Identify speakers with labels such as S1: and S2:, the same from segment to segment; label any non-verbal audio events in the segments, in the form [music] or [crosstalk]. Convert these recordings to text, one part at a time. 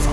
S1: 方，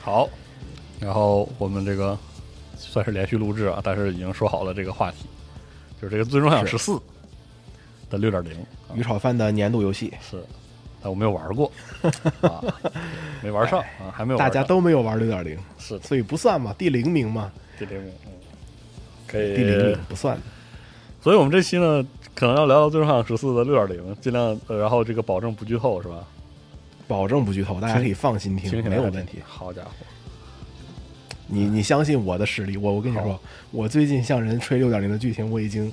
S2: 好，然后我们这个算是连续录制啊，但是已经说好了这个话题，就是这个《最终幻想十四》的六点零
S3: 鱼炒饭的年度游戏，
S2: 是，但我没有玩
S3: [laughs]
S2: 过啊，没玩上啊，还没有玩
S3: 哎大
S2: 上
S3: 家都没有玩六点零，
S2: 是
S3: 所以不算嘛，第零名嘛，
S2: 第零名，嗯可以
S3: 第零名不算。
S2: 所以我们这期呢，可能要聊聊《最终幻想十四》的六点零，尽量、呃然后这个保证不剧透是吧？
S3: 保证不剧透，大家可以放心听
S2: 听，起来
S3: 没有
S2: 还
S3: 问题。
S2: 好家伙，
S3: 你你相信我的实力，我我跟你说，我最近向人吹六点零的剧情，我已经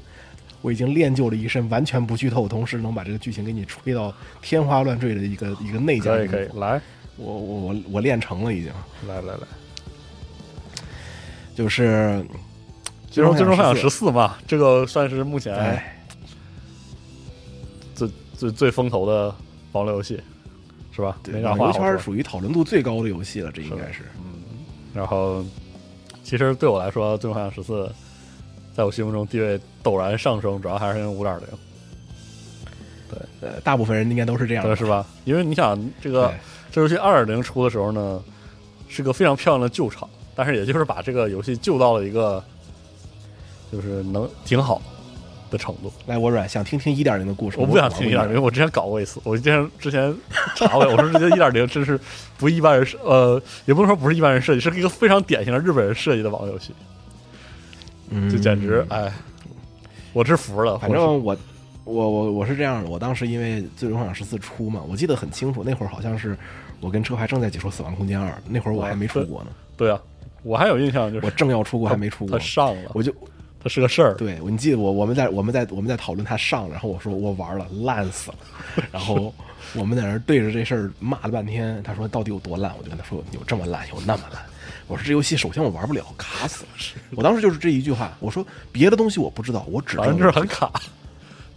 S3: 我已经练就了一身完全不剧透，同时能把这个剧情给你吹到天花乱坠的一个一个内家
S2: 可以
S3: 功夫
S2: 可以，来
S3: 我我我我练成了已经，
S2: 来来来，
S3: 就是
S2: 最终最终幻想十
S3: 四，
S2: 四嘛，这个算是目前
S3: 哎，
S2: 最最最风头的网络游戏，是吧？
S3: 对
S2: 没啥
S3: 网
S2: 话
S3: 游
S2: 好说
S3: 圈。属于讨论度最高的游戏了，这应该是
S2: 然后，其实对我来说，《最终幻想十四》在我心目中地位陡然上升，主要还是因为五点零，
S3: 呃，大部分人应该都是这样
S2: 对
S3: 的，
S2: 是吧？因为你想，这个
S3: 对
S2: 这游戏二点零出的时候呢，是个非常漂亮的救场，但是也就是把这个游戏救到了一个就是能挺好的程度。
S3: 来，我软想听听一点零的故事。
S2: 我不想听一点
S3: 我
S2: 零，我之前搞过一次，我之前之前查过，我说这一点零真是不是一般人设，呃，也不能说不是一般人设计，是一个非常典型的日本人设计的网络游戏，
S3: 嗯
S2: 就简直哎，我是服了，
S3: 反正我我我我是这样的，我当时因为《最终幻想十四》出嘛，我记得很清楚，那会儿好像是我跟车牌正在解说《死亡空间二》，那会儿我还没出国呢，
S2: 对啊，我还有印象就是
S3: 我正要出国还没出
S2: 他
S3: 国，
S2: 上了，
S3: 我就
S2: 他是个事儿，
S3: 对我你记得我我们在我们在我们在讨论他上，然后我说我玩了烂
S2: [laughs]
S3: 死了，然后我们在那儿对着这事儿骂了半天，他说到底有多烂，我就跟他说有这么烂，有那么烂。我说这游戏首先我玩不了，卡死了。我当时就是这一句话，我说别的东西我不知道，我只知
S2: 反
S3: 道
S2: 正就是很卡，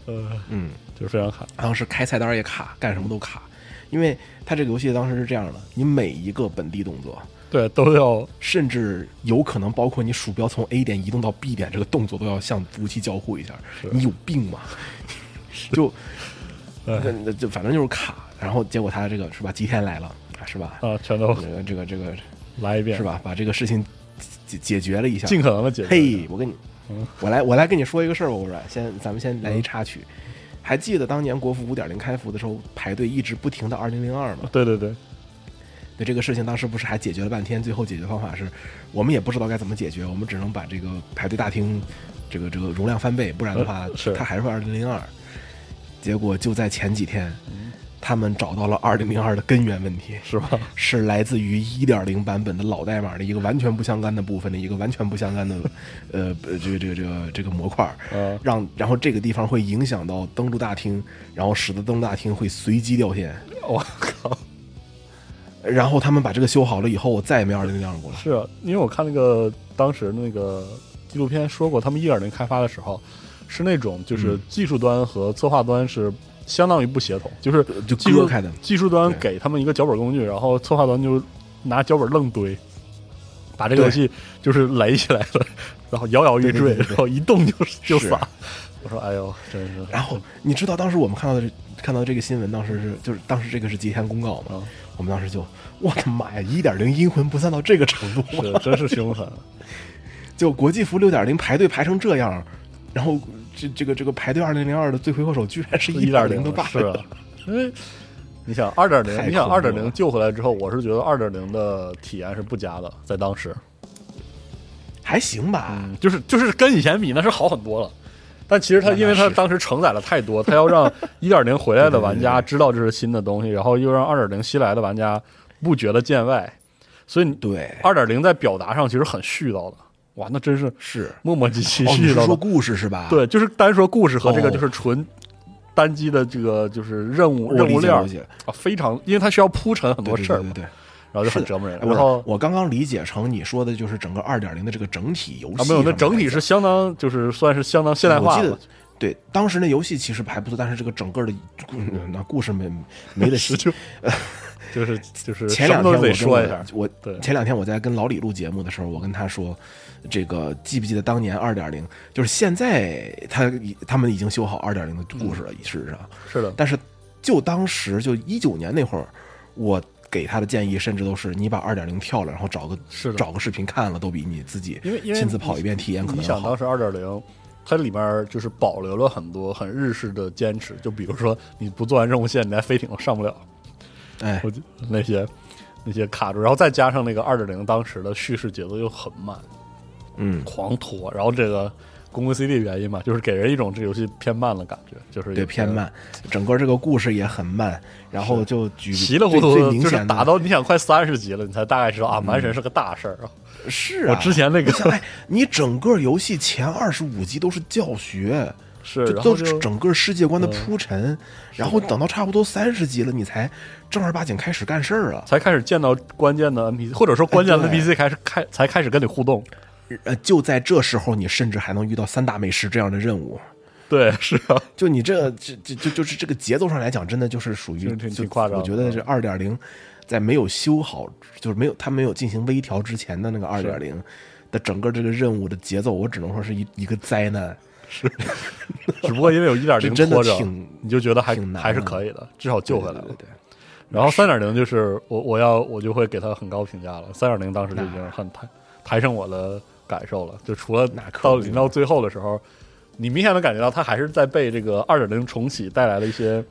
S2: 呃，
S3: 嗯，
S2: 就是非常卡，
S3: 然后是开菜单也卡，干什么都卡，因为它这个游戏当时是这样的，你每一个本地动作，
S2: 对，都要
S3: 甚至有可能包括你鼠标从 A 点移动到 B 点这个动作，都要向服务器交互一下。你有病吗？就，
S2: 哎
S3: 那那就反正就是卡。然后结果他这个是吧？吉田来了，啊是吧？
S2: 啊，全都
S3: 这个这个这个
S2: 来一遍
S3: 是？吧？把这个事情解解决了一下，
S2: 尽可能的解决，
S3: 嘿，我跟你，我来我来跟你说一个事儿吧，我软，先咱们先来一插曲。还记得当年国服五点零开服的时候，排队一直不停到二零零二
S2: [laughs]
S3: 吗？
S2: 对对对，
S3: 对这个事情，当时不是还解决了半天，最后解决方法是，我们也不知道该怎么解决，我们只能把这个排队大厅，这个这个容量翻倍，不然的话
S2: 呃是，
S3: 它还是会二零零二。结果就在前几天，他们找到了二零零二的根源问题，
S2: 是吧？
S3: 是来自于一点零版本的老代码的一个完全不相干的部分的一个完全不相干的， [laughs] 呃，呃这个这个这个这个模块儿，
S2: 嗯
S3: 让然后这个地方会影响到登录大厅，然后使得登录大厅会随机掉线，
S2: 我靠，
S3: 然后他们把这个修好了以后，我再也没有二零零二过了。
S2: 是啊，因为我看那个当时那个纪录片说过，他们一点零开发的时候是那种
S3: 嗯
S2: 就是技术端和策划端是相当于不协同，就是
S3: 就
S2: 技术
S3: 割开的
S2: 技术端
S3: 对
S2: 给他们一个脚本工具，然后策划端就拿脚本愣堆，把这个游戏就是垒起来了，然后摇摇欲坠，
S3: 对对对对
S2: 然后一动就就是撒。我说哎呦，真是
S3: 然后你知道当时我们看到的这看到这个新闻，当时是就是当时这个是吉田公告嘛，
S2: 啊，
S3: 我们当时就我的妈呀，一点零阴魂不散到这个程度啊吗，
S2: 是真是凶狠，
S3: 就国际服六点零排队排成这样，然后这这个这个排队二零零二的罪魁祸首居然是
S2: 一
S3: 点
S2: 点
S3: 零的 bug，
S2: 是
S3: [laughs]
S2: 啊，因为你想二点
S3: 太
S2: 零，你想二
S3: 恐怖
S2: 点
S3: 了
S2: 零救回来之后，我是觉得二点零的体验是不佳的，在当时，
S3: 还行吧，
S2: 嗯，就是就是跟以前比那是好很多了。但其实它，
S3: 那
S2: 因为它
S3: 是
S2: 当时承载了太多，它要让一点零回来的玩家知道这是新的东西，然后又让二点零新来的玩家不觉得见外，所以
S3: 对，
S2: 二点零在表达上其实很絮叨的。哇，那真是
S3: 是
S2: 磨磨唧唧
S3: 哦，你
S2: 絮
S3: 是
S2: 叨的。
S3: 说故事是吧？
S2: 对，就是单说故事和这个
S3: 哦
S2: 就是纯单机的这个就是任务
S3: 我
S2: 任务
S3: 理解，
S2: 链
S3: 我
S2: 儿
S3: 理解，
S2: 啊，非常，因为它需要铺陈很
S3: 对
S2: 多
S3: 对
S2: 事儿
S3: 对
S2: 嘛
S3: 对，对。
S2: 然后就是很
S3: 的
S2: 折磨人。
S3: 哎不
S2: 然
S3: 是
S2: 后
S3: 我刚刚理解成你说的就是整个二点零的这个整体游戏
S2: 啊，没有，那
S3: 上
S2: 整
S3: 来
S2: 体
S3: 讲
S2: 是相当就是算是相当现代
S3: 我
S2: 化
S3: 记
S2: 了
S3: 得，对，当时那游戏其实还不错，但是这个整个的故
S2: 嗯
S3: 嗯那故事没没
S2: [laughs]
S3: 得细
S2: 就
S3: [laughs]
S2: 就是就是
S3: 前
S2: 什么都得
S3: 两天我跟
S2: 说一下
S3: 我，我
S2: 对
S3: 前两天我在跟老李录节目的时候，我跟他说，这个记不记得当年二点零？就是现在他已他们已经修好二点零的故事
S2: 嗯
S3: 了，事实上，
S2: 是的，
S3: 但是就当时就一九年那会儿，我给他的建议甚至都是你把二点零跳了，然后找个
S2: 是的
S3: 找个视频看了，都比你自己
S2: 因为因为
S3: 亲自跑一遍体验可
S2: 你
S3: 能要
S2: 想
S3: 好
S2: 当。时二点零。它里面就是保留了很多很日式的坚持，就比如说你不做完任务线，你连飞艇都上不了，
S3: 哎，
S2: 我就那些那些卡住，然后再加上那个二点零当时的叙事节奏又很慢，
S3: 嗯，
S2: 狂拖，然后这个公共 CD 原因嘛，就是给人一种这游戏偏慢的感觉，就是
S3: 对，偏，慢，整个这个故事也很慢，然后就举
S2: 稀里糊
S3: 最
S2: 涂
S3: 最明
S2: 就
S3: 显
S2: 是
S3: 的嗯
S2: 打到你想快三十级了，你才大概知道啊，蛮神是个大事儿啊。
S3: 是
S2: 我
S3: 啊，
S2: 之前那个
S3: 你想哎，你整个游戏前二十五集都是教学，
S2: 是
S3: 这
S2: 然后
S3: 都
S2: 就是嗯
S3: 整个世界观的铺陈，然后等到差不多三十集了，你才正儿八经开始干事儿啊。
S2: 才开始见到关键的 NPC，或者说关键的
S3: 哎对
S2: NPC 开始开才开始跟你互动。
S3: 呃，就在这时候，你甚至还能遇到三大美食这样的任务。
S2: 对，是啊，
S3: 就你这这这就就是这个节奏上来讲，真的就是属于
S2: 挺挺
S3: 就
S2: 挺夸张的
S3: 我觉得这二点零在没有修好，就是没有它没有进行微调之前的那个二点零的整个这个任务的节奏，我只能说是一一个灾难。
S2: 只不过因为有一点零
S3: 这真的
S2: 拖着
S3: 挺，
S2: 你就觉得还
S3: 挺难的啊
S2: 还是可以的，至少救回来
S3: 对
S2: 了
S3: 对。对，对
S2: 然后三点零就是我我要我就会给他很高评价了。三点零当时就已经很抬抬升我的感受了，就除了
S3: 那可
S2: 到
S3: 不
S2: 临到最后的时候，你明显的感觉到他还是在被这个二点零重启带来的一些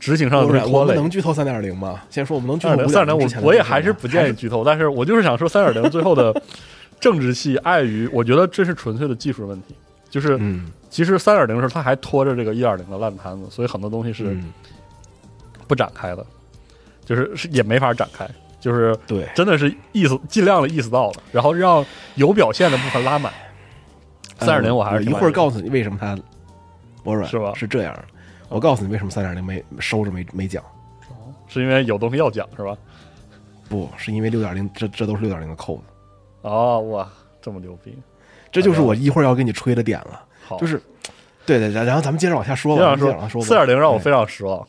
S2: 执行上
S3: 我
S2: 的
S3: 们
S2: 啊拖
S3: 我们
S2: 累。
S3: 能剧透三点零吗？先说我们能剧
S2: 三
S3: 透
S2: 点零，
S3: 5.0
S2: 三点零，
S3: 之前
S2: 我
S3: 的
S2: 我也
S3: 剧透
S2: 还是
S3: 吗
S2: 不建议剧
S3: [laughs]
S2: 透，但是我就是想说，三点零最后的政治系碍于，我觉得这是纯粹的技术问题，就是
S3: 嗯
S2: 其实三点零的时候，它还拖着这个一点零的烂摊子，所以很多东西是
S3: 嗯
S2: 不展开的，就是是也没法展开，就是
S3: 对
S2: 真的是意思尽量的意思到了，然后让有表现的部分拉满。三点零
S3: 呃
S2: 我还是
S3: 一
S2: 挺
S3: 会
S2: 满
S3: 儿
S2: 意的
S3: 告诉你为什么它微软
S2: 是吧
S3: 是这样，我告诉你为什么三点零没收着没没讲，
S2: 是因为有东西要讲是吧？
S3: 不是因为六点零，这这都是六点零的扣子，
S2: 哦哇，这么牛逼，
S3: 这就是我一会儿要给你吹的点了，
S2: 好，
S3: 就是对对，然然后咱们接着往下说
S2: 这
S3: 吧，
S2: 样
S3: 咱们接着往下
S2: 说，
S3: 说吧，哎
S2: 四点零让我
S3: 对
S2: 非常失望。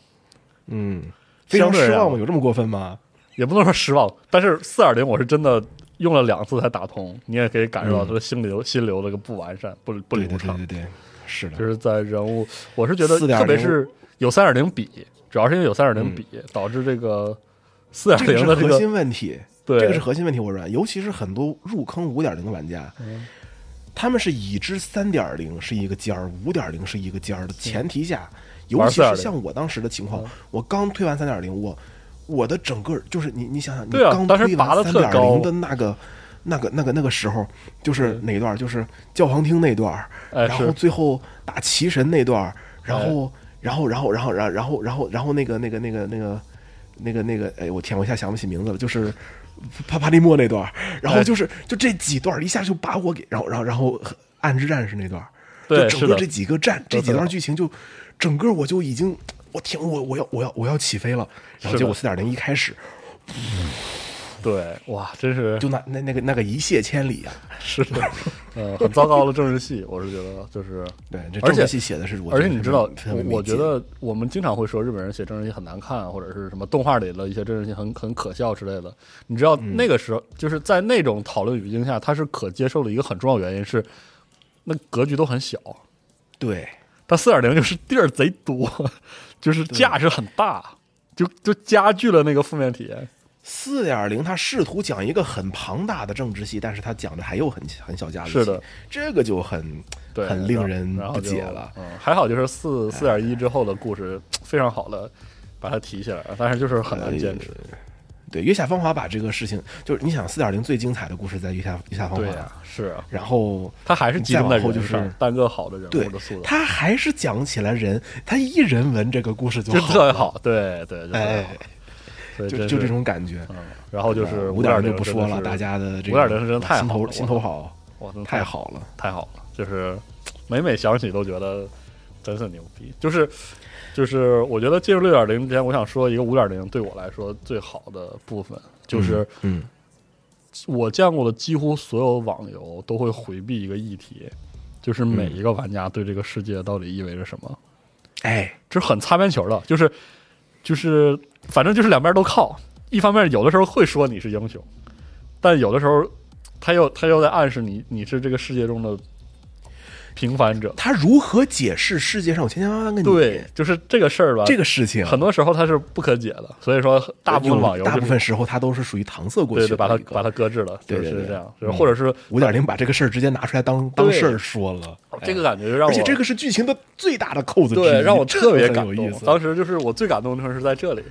S3: 嗯非常失
S2: 相对
S3: 望
S2: 啊
S3: 吗？有这么过分吗？
S2: 也不能说失望，但是四点零我是真的用了两次才打通，你也可以感受到它的心流、心流的一个不完善、不不
S3: 对
S2: 流
S3: 嗯对对
S2: 畅，
S3: 对对，是的，
S2: 就是在人物，我是觉得
S3: 4.0
S2: 特别是有三点零比，主要是因为有三点零比、导致这个四
S3: 嗯这
S2: 点零的
S3: 个是
S2: 这
S3: 核
S2: 个
S3: 心问题，
S2: 对
S3: 这个是核心问题。我认为，尤其是很多入坑五点零的玩家，
S2: 嗯
S3: 他们是已知三点零是一个尖儿，五点零是一个尖儿的前提下，尤其
S2: 玩4.0
S3: 是像我当时的情
S2: 嗯
S3: 况，我刚推完三点零，我我的整个就是你你想想，你
S2: 对啊
S3: 刚
S2: 当时
S3: 推
S2: 拔得
S3: 完三
S2: 特
S3: 点
S2: 高
S3: 零的那个。那个、那个、那个时候，就是哪段？就是教皇厅那段儿，
S2: 嗯哎
S3: 然
S2: 是哎
S3: 后最后打骑神那段儿，然后然后，然后，然后，然后然后，然后，然后那个那个那个那个那个那个，哎，我天，我一下想不起名字了，就是帕帕利莫那段儿，然
S2: 哎
S3: 后就是就这几段儿一下就把我给，然后然后然后暗之战士那段儿，
S2: 对
S3: 就整
S2: 是
S3: 个
S2: 的
S3: 这几个战这
S2: 都
S3: 几段
S2: 很好
S3: 剧情就整个我就已经我天我我要我要我要起飞了，然后
S2: 是
S3: 结
S2: 的
S3: 果四点零一开始
S2: 对，哇，真是
S3: 就那那那个那个一泻千里啊，
S2: 是
S3: [laughs]
S2: 的，呃，很糟糕的政治戏，我是觉得就是，
S3: 对，这
S2: 而
S3: 政
S2: 且
S3: 治戏写的是我
S2: 而且
S3: 觉得
S2: 你
S3: 是
S2: 知道
S3: 非常，没
S2: 我觉
S3: 劲
S2: 得我们经常会说日本人写政治戏很难看，或者是什么动画里的一些政治戏很很可笑之类的。你知道
S3: 嗯
S2: 那个时候，就是在那种讨论语境下，它是可接受的一个很重要原因是，那格局都很小，
S3: 对
S2: 它四点零就是地儿贼多， [laughs] 就是架势很大，就就加剧了那个负面体验。
S3: 四点零，它试图讲一个很庞大的政治戏，但是它讲的还有很很小家子戏，
S2: 是的，
S3: 这个就很
S2: 对，
S3: 很令人
S2: 然后
S3: 不解
S2: 然后就
S3: 了。哎
S2: 嗯，还好就是四四点一之后的故事非常好的把它提起来了，但是就是很难坚持。
S3: 对，月下芳华把这个事情，就是你想四点零最精彩的故事在月下月下芳
S2: 对
S3: 华，
S2: 呀、是啊，
S3: 然后
S2: 他还是集中在
S3: 哎再往后
S2: 人
S3: 就是
S2: 上，单个好的人
S3: 对
S2: 物的塑，造，
S3: 他还是讲起来人，他一人文这个故事就
S2: 就
S3: 好
S2: 特别
S3: 了，
S2: 好，对对，就特别好
S3: 哎，
S2: 所以
S3: 就
S2: 真
S3: 就是这，种感觉。
S2: 嗯，然后就是
S3: 五点
S2: 点
S3: 就不说了，大家的这
S2: 五
S3: 个
S2: 点零是真的太
S3: 心
S2: 好
S3: 头
S2: 了
S3: 心头好，
S2: 哇，真的
S3: 太
S2: 太
S3: 好了。
S2: 太好了，就是每每想起都觉得真是牛逼。就是就是，我觉得进入六点零之前，我想说一个五点零对我来说最好的部分，就是
S3: 嗯，
S2: 我见过的几乎所有网游都会回避一个议题，就是每
S3: 嗯
S2: 一个玩家对这个世界到底意味着什么，
S3: 哎，
S2: 这是很擦边球的，就是就是反正就是两边都靠，一方面有的时候会说你是英雄，但有的时候他又他又在暗示你你是这个世界中的平凡者，
S3: 他如何解释世界上有千千万万个你？
S2: 对，就是这个事儿吧，
S3: 这个事情，
S2: 很多时候它是不可解的，所以说大部分网游
S3: 大
S2: 是
S3: 部分时候它都是属于搪塞过
S2: 对
S3: 去
S2: 对
S3: 的
S2: 把它
S3: 一个
S2: 把它搁置了，
S3: 对对嗯
S2: 就是
S3: 对
S2: 这样，就是或者是
S3: 五点零把这个事儿直接拿出来当当事儿说了，
S2: 这个感觉就让我
S3: 而且这个是剧情的最大的扣子之一，
S2: 对，让我
S3: 这
S2: 特别
S3: 很
S2: 感
S3: 有
S2: 动
S3: 意。思。
S2: 当时就是我最感动的地方是在这里，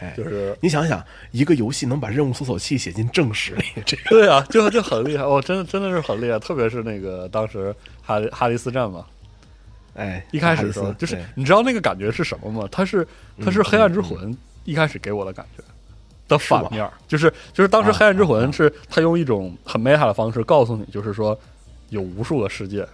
S3: 哎
S2: 就是
S3: 你想想，一个游戏能把任务搜索器写进正史里，这个
S2: [laughs] 对啊，就就很厉害，我真的真的是很厉害，特别是那个当时哈利哈利斯站嘛，
S3: 哎，
S2: [laughs] 一开始的
S3: 不
S2: 时
S3: 好意
S2: 候
S3: 思
S2: 就是
S3: 对
S2: 你知道那个感觉是什么吗？它是它是黑暗之魂一开始给我的感觉。的反面儿就是就是当时《黑暗之魂》是他用一种很 meta 的方式告诉你，就是说有无数个世界，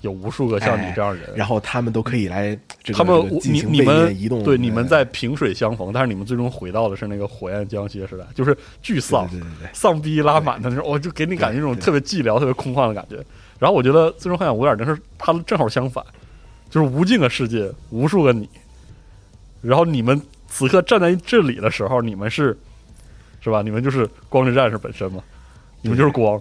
S2: 有无数个像你这样的人，
S3: 然后他们都可以来这个
S2: 他们
S3: 哎这个进
S2: 你
S3: 行
S2: 你
S3: 背
S2: 们
S3: 面移动，
S2: 对你们
S3: 哎
S2: 在萍水相逢，但是你们最终回到的是那个火焰江西时代，就是巨丧
S3: 对对对对
S2: 丧逼拉满的那种，我就给你感觉那种
S3: 对
S2: 特别寂寥、特别空旷的感觉。然后我觉得《最终幻想五点零》是它正好相反，就是无尽个世界，无数个你，然后你们此刻站在这里的时候，你们是是吧？你们就是光之战士本身嘛，你们就是光。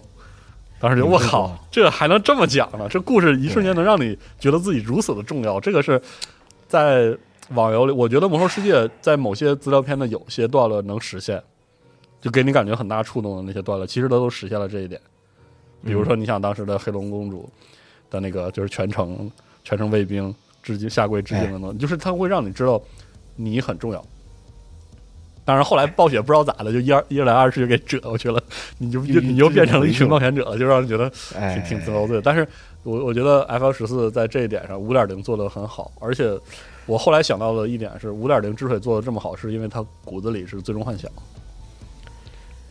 S2: 当时就
S3: 你
S2: 我
S3: 们就是
S2: 靠
S3: 光，
S2: 这还能这么讲呢？这故事一瞬间能让你觉得自己如此的重要，这个是在网游里，我觉得《魔兽世界》在某些资料片的有些段落能实现，就给你感觉很大触动的那些段落，其实它都实现了这一点。比如说，你想当时的黑龙公主的那个，就是全程全程卫兵致敬下跪致敬的东西，就是它会让你知道你很重要。当然，后来暴雪不知道咋的，就一二一来二去就给折过去了，你就
S3: 又
S2: 就
S3: 又
S2: 你又
S3: 又
S2: 变成了一群
S3: 回去了
S2: 冒险者了，就让人觉得
S3: 哎
S2: 挺挺自劳罪。但是我我觉得 F L 十四在这一点上五点零做的很好，而且我后来想到的一点是，五点零之所以做的这么好，是因为它骨子里是最终幻想，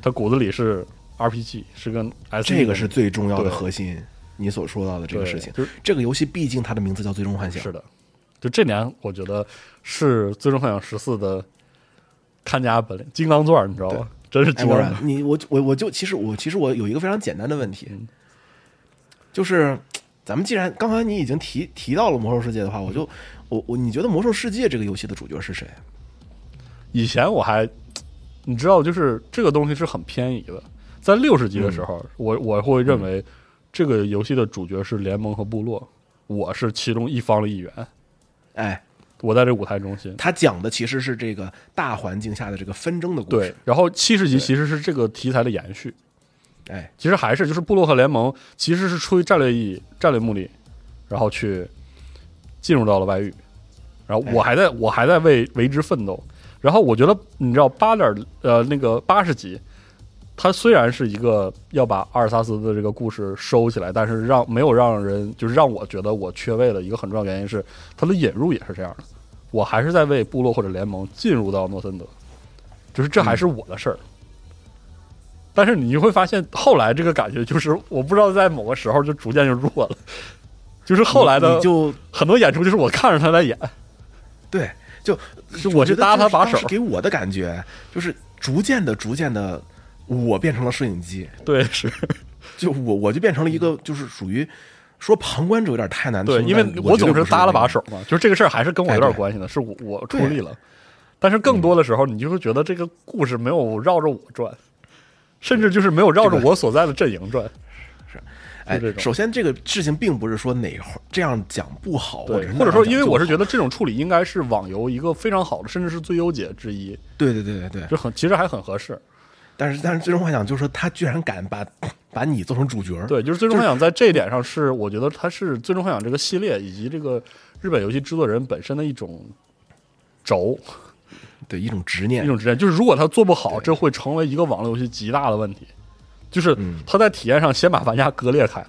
S2: 它骨子里是 R P G，是跟 S
S3: 这个是最重要的
S2: 对
S3: 核心。你所说到的这个
S2: 对
S3: 事情
S2: 就是，
S3: 这个游戏毕竟它的名字叫《最终幻想》，
S2: 是的，就这点我觉得是最终幻想十四的看家本领，金刚钻儿，你知道吧？真是
S3: 哎，
S2: 金
S3: 我
S2: 刚
S3: 然
S2: 钻，
S3: 你我我我就其实我其实我有一个非常简单的问题，
S2: 嗯
S3: 就是咱们既然刚才你已经提提到了魔兽世界的话，我就我我你觉得魔兽世界这个游戏的主角是谁？啊
S2: 以前我还，你知道，就是这个东西是很偏移的。在六十级的时候，我我会认为这个游戏的主角是联盟和部落，我是其中一方的一员，
S3: 哎，
S2: 我在这舞台中心。
S3: 他讲的其实是这个大环境下的这个纷争的故
S2: 对
S3: 事。，
S2: 然后七十级其实是这个题材的延续，
S3: 哎，
S2: 其实还是就是部落和联盟其实是出于战略意义、战略目的，然后去进入到了外域，然后
S3: 哎
S2: 我还在我还在为为之奋斗。然后我觉得你知道八点呃那个八十级它虽然是一个要把阿尔萨斯的这个故事收起来，但是让没有让人就是让我觉得我缺位的一个很重要原因是它的引入也是这样的，我还是在为部落或者联盟进入到诺森德，就是这还
S3: 嗯
S2: 是我的事儿。但是你会发现，后来这个感觉就是，我不知道在某个时候就逐渐就弱了，就是后来的
S3: 你就
S2: 很多演出就是我看着他在演，
S3: 对，就
S2: 就我去
S3: 觉得
S2: 搭
S3: 就
S2: 他
S3: 是
S2: 把
S3: 当时
S2: 手
S3: 给我的感觉就是逐渐的、逐渐的，我变成了摄影机，
S2: [laughs] 对，是
S3: 就我我就变成了一个就是属于说旁观者有点太难听，
S2: 对，因为
S3: 但
S2: 我
S3: 我绝对
S2: 总
S3: 不
S2: 是
S3: 是
S2: 搭了把
S3: 那种
S2: 手嘛，就是这个事儿还是跟我有
S3: 哎
S2: 点
S3: 对
S2: 关系的，是我我出
S3: 对
S2: 力了，但是更多的时候，你就会觉得这个故事没有绕着我转，甚至就是没有绕着我所在的阵营转，
S3: 哎
S2: 就这，种
S3: 首先这个事情并不是说哪会儿这样讲不好，或
S2: [laughs] 对
S3: 者，
S2: 或者说，因为我是觉
S3: 得，
S2: 得这种处理应该是网游一个非常好的，甚至是最优解之一，
S3: 对对对对对。
S2: 这很其实还很合适，
S3: 但是但是最终幻想就是说，他居然敢把把你做成主角，
S2: 对，就是《最终幻想》在这一点上是，我觉得它是《最终幻想》这个系列以及这个日本游戏制作人本身的一种轴，
S3: 对一种执念
S2: 一，种执念。就是如果他做不好，这会成为一个网络游戏极大的问题。就是
S3: 嗯
S2: 他在体验上先把玩家割裂开了。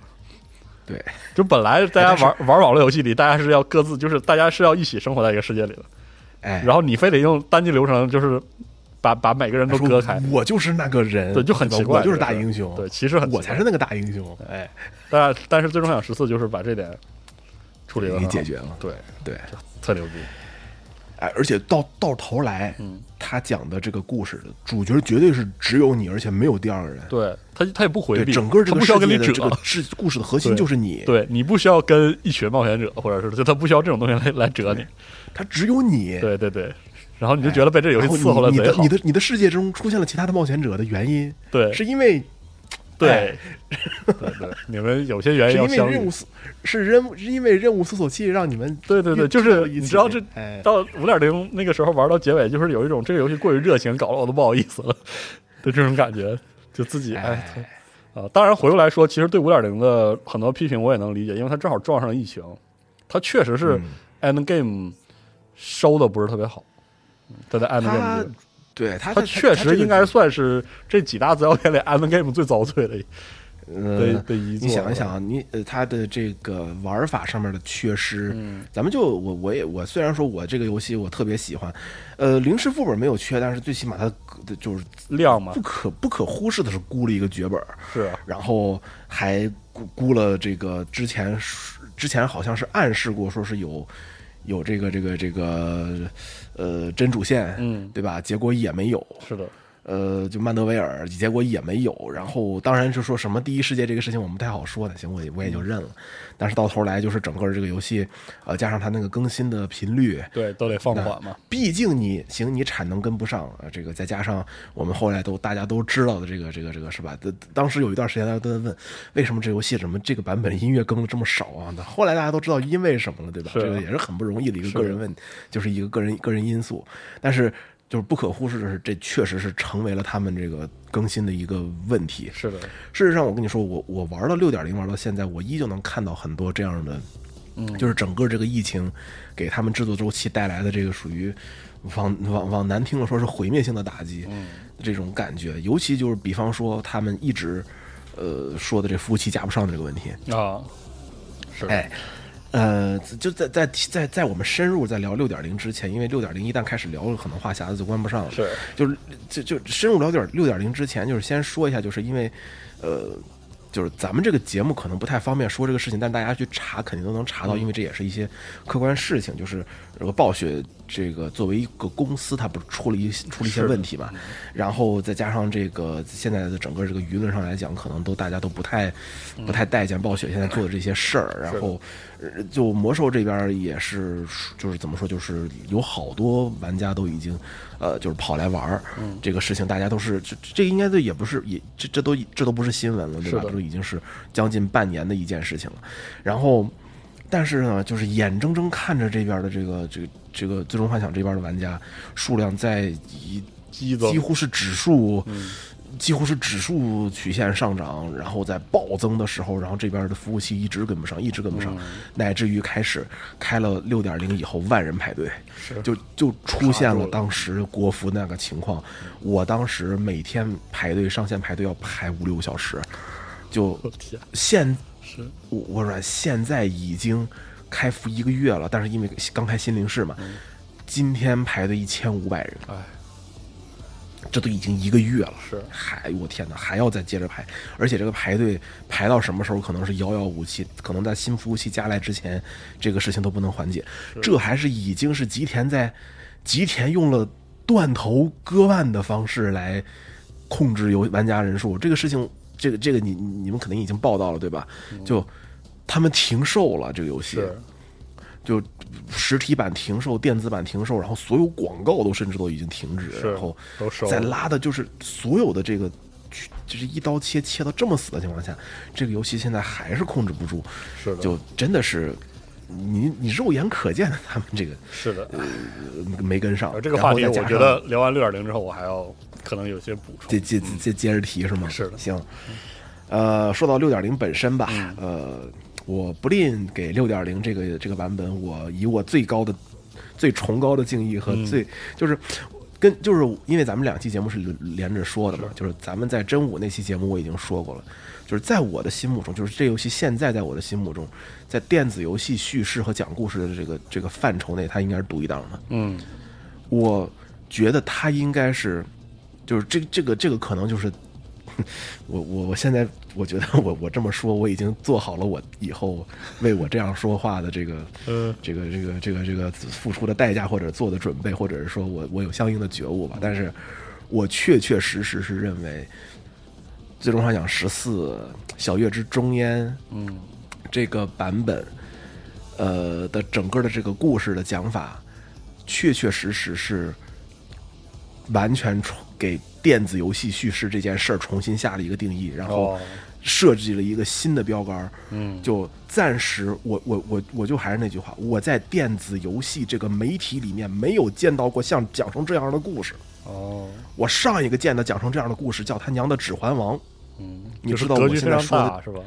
S3: 对
S2: 就本来大
S3: 哎但
S2: 家
S3: 是
S2: 玩玩网络游戏里，大家是要各自，就是大家是要一起生活在一个世界里的。
S3: 哎，
S2: 然后你非得用单机流程，就是把把每个人都
S3: 哎说
S2: 割开，
S3: 我就是那个人，
S2: 对，就很
S3: 吧
S2: 奇怪。
S3: 我就是
S2: 这个
S3: 大
S2: 事儿
S3: 英雄，
S2: 对，其实很
S3: 我才
S2: 是。
S3: 是那个大英雄，哎，
S2: 但但是最终幻想十四就是把这点处理的
S3: 给解决了，
S2: 对，
S3: 对，
S2: 特牛逼。
S3: 哎，而且到到头来，
S2: 嗯
S3: 他讲的这个故事的主角绝对是只有你，而且没有第二个人，
S2: 对他，他也不回
S3: 对，
S2: 避，
S3: 整个这
S2: 他不
S3: 个
S2: 需
S3: 世
S2: 要跟
S3: 界
S2: 你扯，
S3: 的这个是故事的核心
S2: 对
S3: 就是你，
S2: 对你不需要跟一群冒险者，或者是就他不需要这种东西来来折你，
S3: 他只有你，
S2: 对对对，然后你就觉得被这游戏
S3: 哎然后
S2: 伺候了
S3: 你你
S2: 贼
S3: 的
S2: 好
S3: 你，的你的世界中出现了其他的冒险者的原因，
S2: 对
S3: 是因为
S2: 对
S3: 哎
S2: 对对，
S3: [laughs]
S2: 你们有些原因
S3: 是因
S2: 要
S3: 为
S2: 相
S3: 任
S2: 遇
S3: 务，搜是任是因为任务搜索器让你们
S2: 对对对，
S3: 遇
S2: 就是你知道这
S3: 哎，
S2: 到五点零那个时候玩到结尾，就是有一种这个游戏过于热情，搞得我都不好意思了的这种感觉，就自己哎。啊，当然回过来说，其实对五点零的很多批评我也能理解，因为它正好撞上了疫情，它确实
S3: 嗯
S2: 是 end game 收的不是特别好，它在 end game
S3: 他
S2: 里，
S3: 对他
S2: 它
S3: 他
S2: 确
S3: 这
S2: 实
S3: 个
S2: 应该算是这几大资料片里 end game 最遭罪的一的
S3: 呃
S2: 的一座。
S3: 你想一，想，你呃，它的这个玩法上面的缺失，
S2: 嗯
S3: 咱们就我我也我虽然说我这个游戏我特别喜欢，呃，零式副本没有缺，但是最起码它呃就是
S2: 量嘛
S3: 不可不可忽视的是估了一个绝本儿，
S2: 是啊
S3: 然后还估估了这个之前之前好像是暗示过说是有有这个这个这个呃真主线，
S2: 嗯
S3: 对吧？结果也没有，
S2: 是的，
S3: 呃，就曼德维尔，结果也没有。然后当然就说什么第一世界这个事情我们不太好说的，行，我也我也就认了。但是到头来就是整个这个游戏，呃，加上它那个更新的频率，
S2: 对，都得放缓嘛。
S3: 毕竟你行，你产能跟不上，呃，这个再加上我们后来都大家都知道的这个这个这个是吧？当当时有一段时间大家都在问，为什么这游戏怎么这个版本音乐更的这么少啊？那后来大家都知道因为什么了，对吧？
S2: 是啊
S3: 这个也是很不容易的一个
S2: 是
S3: 个人问，就是一个个人个人因素，但是。就是不可忽视的是，这确实是成为了他们这个更新的一个问题。
S2: 是的，
S3: 事实上，我跟你说，我我玩到六点零玩到现在，我依旧能看到很多这样的，就是整个这个疫情给他们制作周期带来的这个属于往往往难听了说是毁灭性的打击，这种感觉。尤其就是比方说他们一直呃说的这服务器加不上的这个问题，
S2: 啊，是的
S3: 哎，呃，就在在在在我们深入在聊六点零之前，因为六点零一旦开始聊，可能话匣子就关不上了。
S2: 是，
S3: 就是就就深入聊点六点零之前，就是先说一下，就是因为，呃。就是咱们这个节目可能不太方便说这个事情，但大家去查肯定都能查
S2: 嗯
S3: 到，因为这也是一些客观事情。就是这个暴雪这个作为一个公司，它不是出了一出了一些问题
S2: 嗯
S3: 嘛，然后再加上这个现在的整个这个舆论上来讲，可能都大家都不太
S2: 嗯
S3: 不太待见暴雪现在做的这些事儿，然后呃就魔兽这边也是，就是怎么说，就是有好多玩家都已经，呃，就是跑来玩儿，
S2: 嗯
S3: 这个事情大家都是这这应该都也不是也这这都这都不是新闻了，对吧
S2: 是？的
S3: 都已经是将近半年的一件事情了，然后。但是呢，就是眼睁睁看着这边的这个这个这个最终幻想这边的玩家数量在一
S2: 激增
S3: 几乎是指数，几乎是指数曲线上涨，然后在暴增的时候，然后这边的服务器一直跟不上，一直跟不上，乃至于开始开了六点零以后万人排队，就就出现了当时国服那个情况。我当时每天排队上线排队要排五六个小时，就
S2: 天
S3: 现我我软现在已经开服一个月了，但是因为刚开新零市嘛，今天排队一千五百人，
S2: 哎，
S3: 这都已经一个月了，
S2: 是
S3: 还我天哪，还要再接着排，而且这个排队排到什么时候可能是遥遥无期，可能在新服务器加来之前，这个事情都不能缓解。这还是已经是吉田在吉田用了断头割腕的方式来控制游玩家人数，这个事情，这个这个你你们肯定已经报道了对吧？就他们停售了这个游戏，
S2: 嗯是
S3: 就实体版停售、电子版停售，然后所有广告都甚至都已经停止，
S2: 是
S3: 然后
S2: 都收了
S3: 再拉的就是所有的这个，就是一刀切切到这么死的情况下，这个游戏现在还是控制不住，
S2: 是的
S3: 就真的是。你你肉眼可见的，他们这个
S2: 是的。
S3: 呃没跟上
S2: 呃。这个
S3: 然后
S2: 话题，
S3: 再
S2: 我
S3: 加
S2: 觉
S3: 上
S2: 得聊完六点零之后，我还要可能有些补充。
S3: 接接接接着提是吗？
S2: 嗯是的嗯
S3: 行，呃，说到六点零本身吧，呃，我不吝给六点零这个这个版本，我以我最高的、最崇高的敬意和
S2: 嗯
S3: 最、就是。跟就是因为咱们两期节目是连连着说的嘛，就是咱们在真武那期节目我已经说过了，就是在我的心目中，就是这游戏现在在我的心目中，在电子游戏叙事和讲故事的这个这个范畴内，它应该是独一档的。
S2: 嗯，
S3: 我觉得他应该是，就是这这个这个可能就是， [laughs] 我我我现在我觉得 [laughs] 我我这么说我已经做好了我以后为我这样说话的这个
S2: 嗯
S3: 这个这个这个这个付出的代价或者做的准备，或者是说我我有相应的觉悟吧。但是我确确实实是认为，《最终幻想十四》小月之中烟，嗯，这个版本，呃的整个的这个故事的讲法，确确实实是完全重给电子游戏叙事这件事儿重新下了一个定义，然后
S2: 哦
S3: 设计了一个新的标杆。嗯，就暂时我我我我就还是那句话，我在电子游戏这个媒体里面没有见到过像讲成这样的故事。
S2: 哦，
S3: 我上一个见的讲成这样的故事叫他娘的《指环王》。
S2: 嗯，
S3: 你
S2: 就是
S3: 知道我
S2: 格局非
S3: 现在
S2: 常
S3: 说的
S2: 大是吧？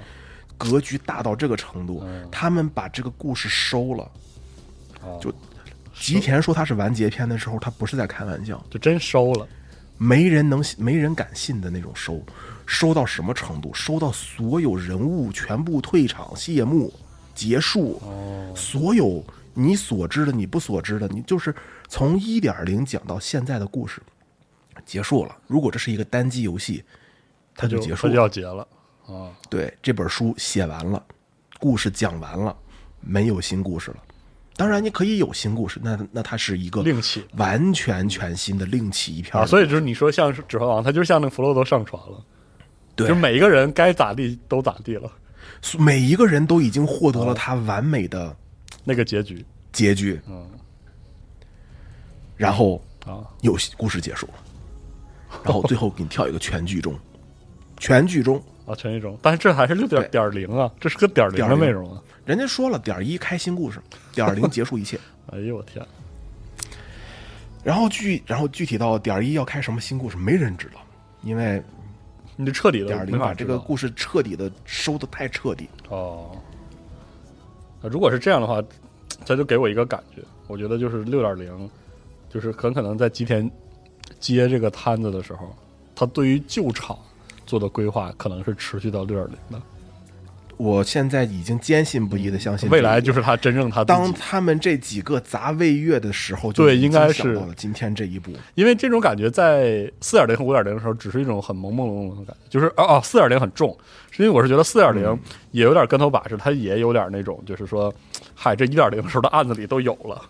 S3: 格局大到这个程度，他们把这个故事收了。
S2: 哦
S3: 就吉田说他是完结篇的时候，他不是在开玩笑，
S2: 就真收了，
S3: 没人能信没人敢信的那种收，收到什么程度？收到所有人物全部退场、谢幕、结束，
S2: 哦
S3: 所有你所知的、你不所知的，你就是从一点零讲到现在的故事结束了。如果这是一个单机游戏，它就
S2: 就
S3: 结束
S2: 它
S3: 了
S2: 就。要结了。啊，
S3: 对，这本书写完了，故事讲完了，没有新故事了。当然，你可以有新故事，那那它是一个
S2: 另起
S3: 完全全新的另起一片儿
S2: 啊，
S3: 的
S2: 所以就是你说像是《指环王》，它就像那个弗罗多上船了，
S3: 对
S2: 就每一个人该咋地都咋地了，
S3: 每一个人都已经获
S2: 嗯
S3: 得了他完美的
S2: 那个结局
S3: 结局，嗯，然后
S2: 啊，
S3: 游戏故事结束了，然后最后给你跳一个全剧终，全剧终，
S2: 啊，陈一中，但是这还是六点点零啊，这是个点零的
S3: 0
S2: 内容啊！
S3: 人家说了点儿一开新故事，点儿零结束一切。
S2: 哎呦我天，
S3: 然后具然后具体到点儿一要开什么新故事，没人知道，因为
S2: 你就彻底
S3: 点
S2: 的
S3: 儿
S2: 没
S3: 零
S2: 法
S3: 把
S2: 知
S3: 这
S2: 道
S3: 个故事彻底的收的太彻底。
S2: 哦，啊如果是这样的话，他就给我一个感觉，我觉得就是六点零，就是很可能在吉田接这个摊子的时候，他对于旧厂做的规划可能是持续到六点零
S3: 我现在已经坚信不疑的相
S2: 的，
S3: 信，
S2: 嗯未来就是他真正他自
S3: 当
S2: 己，
S3: 他们这几个砸魏月的时候，
S2: 对
S3: 就已经
S2: 应该
S3: 想到
S2: 是
S3: 了今天这一步。
S2: 因为这种感觉在四点零和五点零的时候，只是一种很朦朦胧胧的感觉，就是哦哦，四点零很重，是因为我是觉得四点零也有点跟头把式，它也有点那种就是说，嗨，这一点零的时候的案子里都有了。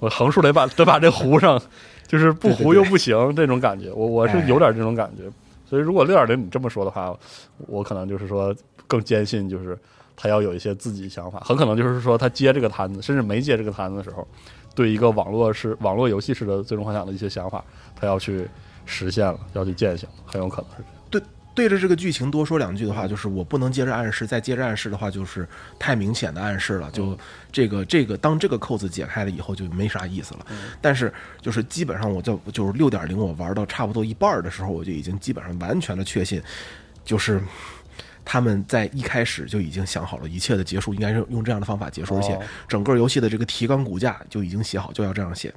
S2: 我横竖得把得把这糊上，就是不糊又不行这种感觉，我我是有点这种感觉。所以如果六点零你这么说的话，我可能就是说更坚信就是他要有一些自己想法，很可能就是说他接这个摊子，甚至没接这个摊子的时候，对一个网络式网络游戏式的最终幻想的一些想法，他要去实现了，要去践行，很有可能是这样。
S3: 对对着这个剧情多说两句的话，就是我不能接着暗示，再接着暗示的话，就是太明显的暗示了。就这个这个，当这个扣子解开了以后，就没啥意思了。但是就是基本上，我就就是六点零，我玩到差不多一半儿的时候，我就已经基本上完全的确信，就是他们在一开始就已经想好了一切的结束应该是用这样的方法结束，而且
S2: 哦
S3: 整个游戏的这个提纲骨架就已经写好，就要这样写。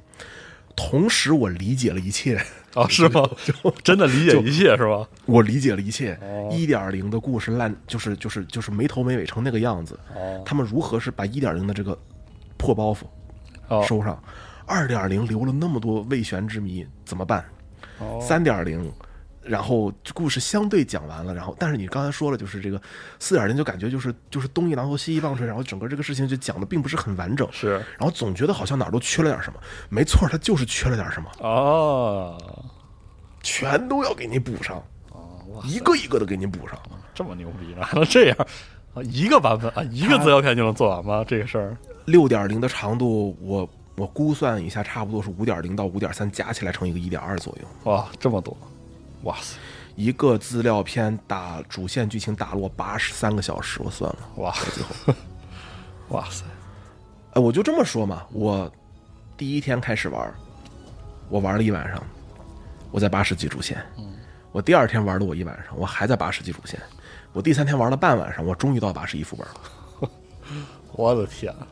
S3: 同时，我理解了一切。
S2: 啊，是 [laughs] 吗？真的理解一切是吧？
S3: 我理解了一切
S2: 哦，
S3: 一点零的故事烂就是就是就是没头没尾成那个样子，
S2: 哦
S3: 他们如何是把一点零的这个破包袱
S2: 哦
S3: 收上？二点零留了那么多未悬之谜，怎么办？
S2: 哦
S3: 三点零，然后故事相对讲完了，然后但是你刚才说了，就是这个四点零就感觉就是就是东一榔头西一棒槌，然后整个这个事情就讲的并不是很完
S2: [laughs]
S3: 整，
S2: 是
S3: 然后总觉得好像哪儿都缺了点什么。没错，它就是缺了点什么，
S2: 啊，
S3: 全都要给你补上，
S2: 哦
S3: 一个一个的给你补上。
S2: 这么牛逼呢？还能这样啊？一个版本啊，一个资料片就能做完吗？这个事儿
S3: 六点零的长度，我我估算一下，差不多是五点零到五点三加起来乘一个一点二左右。
S2: 哇，这么多，哇塞，
S3: 一个资料片打主线剧情打了我八十三个小时，我算了， [laughs]
S2: 哇，哇塞，
S3: 哎，我就这么说嘛，我第一天开始玩，我玩了一晚上，我在八十级主线，我第二天玩了我一晚上，我还在八十级主线，我第三天玩了半晚上，我终于到八十一副本了。
S2: 我的天啊！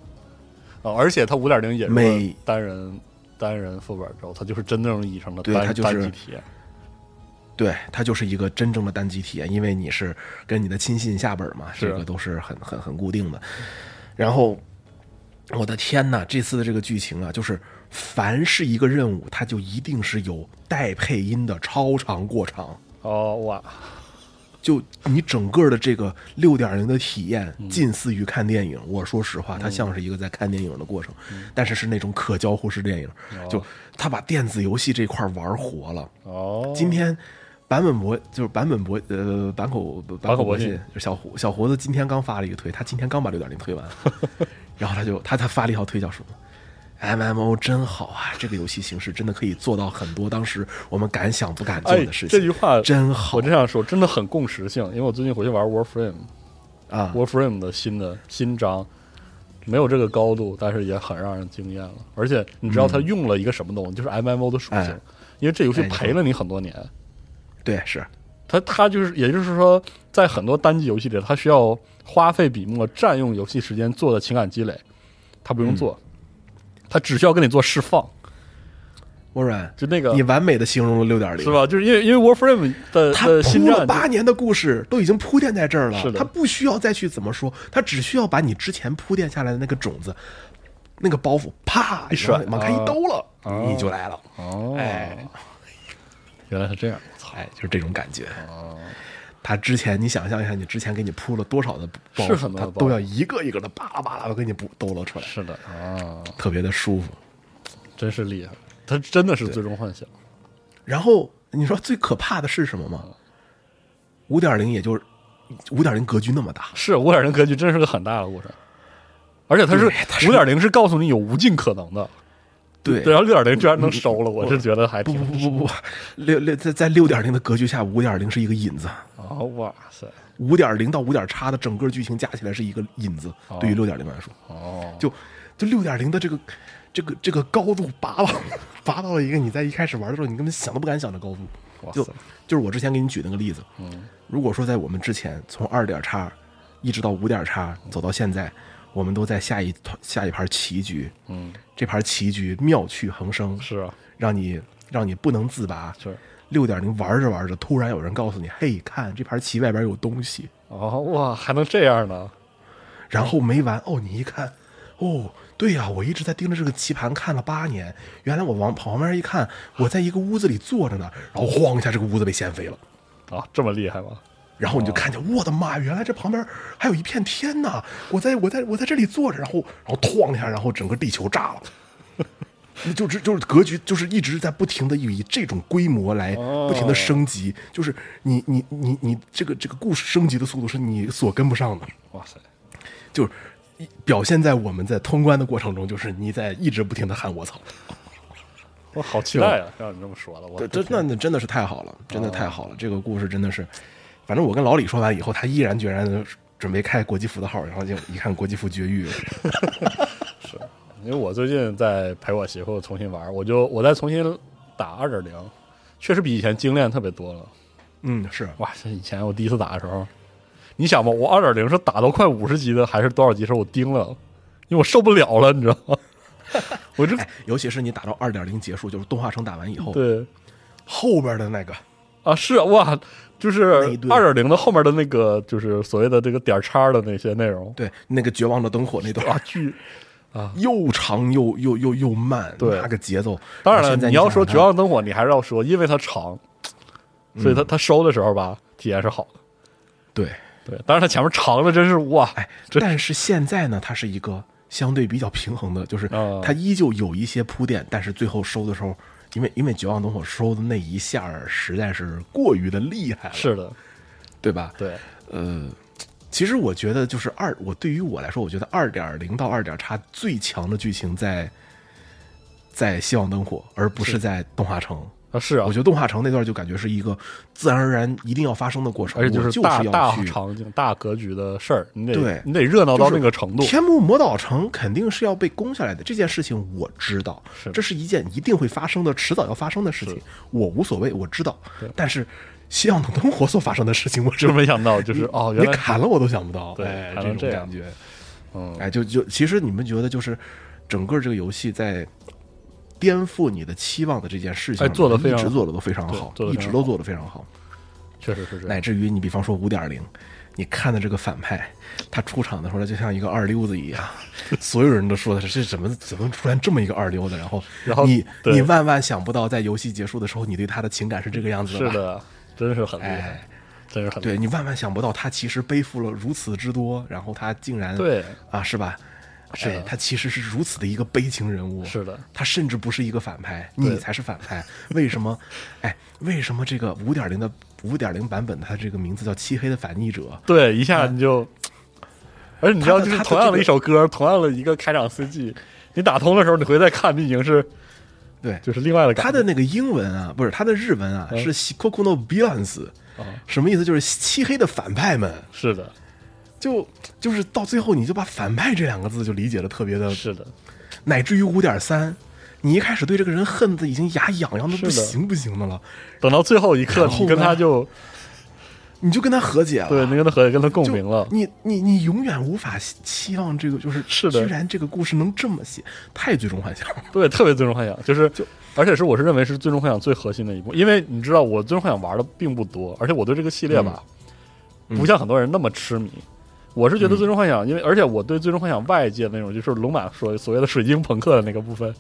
S2: 而且它五点零也是
S3: 每
S2: 个单人单人副本之后，它就是真正意义上的
S3: 对
S2: 单
S3: 它就是
S2: 单机体验。
S3: 对，它就是一个真正的单机体验，因为你是跟你的亲信下本嘛，
S2: 是
S3: 这个都是很很很固定的。然后，我的天呐，这次的这个剧情啊，就是凡是一个任务，它就一定是有带配音的超长过长。
S2: 哦哇，
S3: 就你整个的这个六点零的体验，近似于看电影。我说实话，它像是一个在看电影的过程，但是是那种可交互式电影，就它把电子游戏这块玩活了。
S2: 哦，
S3: 今天版本博就是版本博呃坂口坂
S2: 口
S3: 口
S2: 博
S3: 博
S2: 信
S3: 信，就小胡小胡子今天刚发了一个推，他今天刚把六点零
S2: [laughs]
S3: 推完，然后他就他他发了一条推叫什么？M M O 真好啊！这个游戏形式真的可以做到很多当时我们敢想不敢做
S2: 哎，
S3: 的事情。
S2: 这句话
S3: 真好
S2: 我真想说，真的很共识性。因为我最近回去玩 Warframe，Warframe
S3: 啊！
S2: 的新的新章，没有这个高度，但是也很让人惊艳了。而且你知道它用了一个什么东西，就是 MMO 的属性，
S3: 嗯哎
S2: 因为这游戏
S3: 哎你说
S2: 陪了你很多年。
S3: 对，是
S2: 它它就是，也就是说，在很多单机游戏里，它需要花费笔墨、占用游戏时间做的情感积累，它不
S3: 嗯
S2: 用做，它只需要跟你做释放，
S3: 微软，
S2: 就那个
S3: 你完美的形容了六点零，
S2: 是？吧？就是因为因为 Warframe 的
S3: 他
S2: 的呃新
S3: 铺了
S2: 战
S3: 八年的故事都已经铺垫在这儿
S2: 是
S3: 了，
S2: 的
S3: 他不需要再去怎么说，他只需要把你之前铺垫下来的那个种子、那个包袱，啪
S2: 一甩
S3: 然后往开一兜了，你就来了。
S2: 哦，
S3: 哎
S2: 原来是这样，我操！
S3: 哎，就是这种感觉。他之前，你想象一下，你之前给你铺了多少的包
S2: 是很多
S3: 袱，
S2: 的
S3: 他
S2: 包袱
S3: 都要一个一个的巴拉巴拉的给你补兜了出来，
S2: 是的啊，
S3: 特别的舒服。
S2: 真是厉害，它真的是最终幻想，
S3: 然后你说最可怕的是什么吗？五点零，也就是五点零格局那么大，
S2: 是五点零格局，真是个很大的故事。而且它是
S3: 对它是
S2: 五点零，是告诉你有无尽可能的。
S3: 对嗯
S2: 然后六点零居然能收了，我是觉得还
S3: 不
S2: 挺
S3: 不不不不，六六在在六点零的格局下，五点零是一个引子，
S2: 啊！哇塞，
S3: 五点零到五点叉的整个剧情加起来是一个引子，对于六点零来说，
S2: 哦，
S3: 就就六点零的这个这个这个高度拔到拔到了一个你在一开始玩的时候你根本想都不敢想的高
S2: 哇
S3: 度，
S2: 塞嗯
S3: 就就是我之前给你举那个例子，如果说在我们之前从二点叉一直到五点叉走到现在，我们都在下一团下一盘棋局，
S2: 嗯，
S3: 这盘棋局妙趣横生，
S2: 是啊，
S3: 让你让你不能自拔。
S2: 是
S3: 六点零玩着玩着，突然有人告诉你：“嘿，看这盘棋外边有东西。
S2: 哦，哇，还能这样呢？”
S3: 然后没完哦，你一看，哦，对呀、我一直在盯着这个棋盘看了八年，原来我往旁边一看，我在一个屋子里坐着呢，然后晃一下，这个屋子被掀飞了。
S2: 啊，这么厉害吗？
S3: 然后你就看见，我的妈！原来这旁边还有一片天呐！我在我在我在这里坐着，然后然后哐一下，然后整个地球炸了。 [laughs] 你就只就是格局，就是一直在不停的以这种规模来
S2: 哦
S3: 不停的升级，就是你你你你这个这个故事升级的速度是你所跟不上的，
S2: 哇塞，
S3: 就是一表现在我们在通关的过程中，就是你在一直不停的喊我操，
S2: 我好期待啊！让你这么说了，我哦
S3: 对，真那那真的是太好了，真的太好了，这个故事真的是反正我跟老李说完以后，他毅然决然地准备开国际服的号，然后就一看国际服绝
S2: [laughs]
S3: 育，
S2: 因为我最近在陪我媳妇重新玩，我就我再重新打二点零，确实比以前精炼特别多了。
S3: 嗯，是
S2: 哇，这以前我第一次打的时候，你想吧，我二点零是打到快五十级的还是多少级时候我盯了，因为我受不了了，你知道吗？ [laughs] 我这
S3: 哎，尤其是你打到二点零结束，就是动画城打完以后，
S2: 对
S3: 后边的那个，
S2: 啊是哇，就是
S3: 那一顿
S2: 二点零的后面的那个就是所谓的这个点儿叉的那些内容
S3: 对，那个绝望的灯火那段
S2: 啊，，巨
S3: 又长又又又又慢，
S2: 啊对
S3: 那个节奏。
S2: 当然
S3: 现
S2: 了，
S3: 在
S2: 你
S3: 你
S2: 要
S3: 想
S2: 说《
S3: 想
S2: 绝望灯火》，你还是要说，因为它长，
S3: 嗯
S2: 所以它它收的时候吧，体验是好的。
S3: 它对，
S2: 对，当然它前面长的真是哇，
S3: 哎，
S2: 这
S3: 但是现在呢，它是一个相对比较平衡的，就是
S2: 啊
S3: 它依旧有一些铺垫，但是最后收的时候，因为因为绝望灯火收的那一下儿实在是过于的厉害了，
S2: 是的，
S3: 对吧？
S2: 对，
S3: 呃，其实我觉得就是二，我对于我来说，我觉得二点零到二点叉最强的剧情在在《希望灯火》，而不是在动画城。
S2: 啊是啊
S3: 我觉，得动画城那段就感觉是一个自然而然一定要发生的过程，
S2: 而且
S3: 我
S2: 是
S3: 就
S2: 大
S3: 要
S2: 大
S3: 去
S2: 场景、大格局的事儿，你
S3: 对
S2: 得你得热闹到那个程度。
S3: 天幕魔导城肯定是要被攻下来的，这件事情我知道，
S2: 是
S3: 这是一件一定会发生的，迟早要发生的事情，我无所谓，我知道。但是希望灯火所发生的事情，我真
S2: 真没想到，就是哦，
S3: 你
S2: 原来
S3: 砍了我都想不到，
S2: 对
S3: 哎
S2: 砍
S3: 这
S2: 成
S3: 种
S2: 这
S3: 感
S2: 样
S3: 觉，
S2: 嗯
S3: 哎，就就其实你们觉得就是整个这个游戏在颠覆你的期望的这件事情上
S2: 哎
S3: 面，
S2: 做得非
S3: 一直
S2: 常
S3: 做的都非常
S2: 对
S3: 好，
S2: 做得
S3: 一
S2: 非
S3: 直
S2: 常
S3: 都
S2: 好
S3: 做的非常好，
S2: 确实是这样。
S3: 乃至于你比方说五点零，你看的这个反派，他出场的时候他就像一个二溜子一样， [laughs] 所有人都说的是这怎么怎么出现这么一个二溜子，然后
S2: 然后
S3: 你
S2: 对
S3: 你万万想不到，在游戏结束的时候，你对他的情感是这个样子
S2: 是
S3: 吧？
S2: 的，真是很厉
S3: 哎
S2: 害，，真是很厉
S3: 对
S2: 害。
S3: 你万万想不到，他其实背负了如此之多，然后他竟然
S2: 对
S3: 啊，是吧？
S2: 是的
S3: 哎他其实是如此的一个悲情人物，
S2: 是的，
S3: 他甚至不是一个反派，
S2: 对
S3: 你才是反派。为什么？哎，为什么这个五点零的五点零版本，它这个名字叫《漆黑的反逆者》？
S2: 对，一下你就，而且你知道，
S3: 嗯他的
S2: 就是
S3: 他的
S2: 同样的
S3: 这个
S2: 一首歌，同样的一个开场 CG，你打通的时候，你回再看，你已经是
S3: 对，
S2: 就是另外的感
S3: 他
S2: 觉。
S3: 的那个英文啊，不是他的日文啊，
S2: 嗯
S3: 是 “Coco no Beyonds”，什
S2: 哦
S3: 么意思？就是漆黑的反派们。
S2: 是的，
S3: 就就是到最后，你就把“反派”这两个字就理解的特别的
S2: 是的，
S3: 乃至于五点三，你一开始对这个人恨的已经牙痒痒的不
S2: 是的
S3: 行不行的了，
S2: 等到最后一刻，
S3: 然后
S2: 你跟
S3: 呢
S2: 他就
S3: 你就跟他和解了，
S2: 对，你跟他和解，跟他共
S3: 就
S2: 鸣了。
S3: 你你你永远无法希期望这个就是
S2: 是的
S3: 居然这个故事能这么写，太最终幻想了。
S2: 对，特别最终幻想，就是而且是我是认为是最终幻想最核心的一部，因为你知道我最终幻想玩的并不多，而且我对这个系列吧，
S3: 嗯
S2: 不像很多人那么痴迷。我是觉得最终幻想，因为而且我对最终幻想外界那种就是龙马说所谓的水晶朋克的那个部分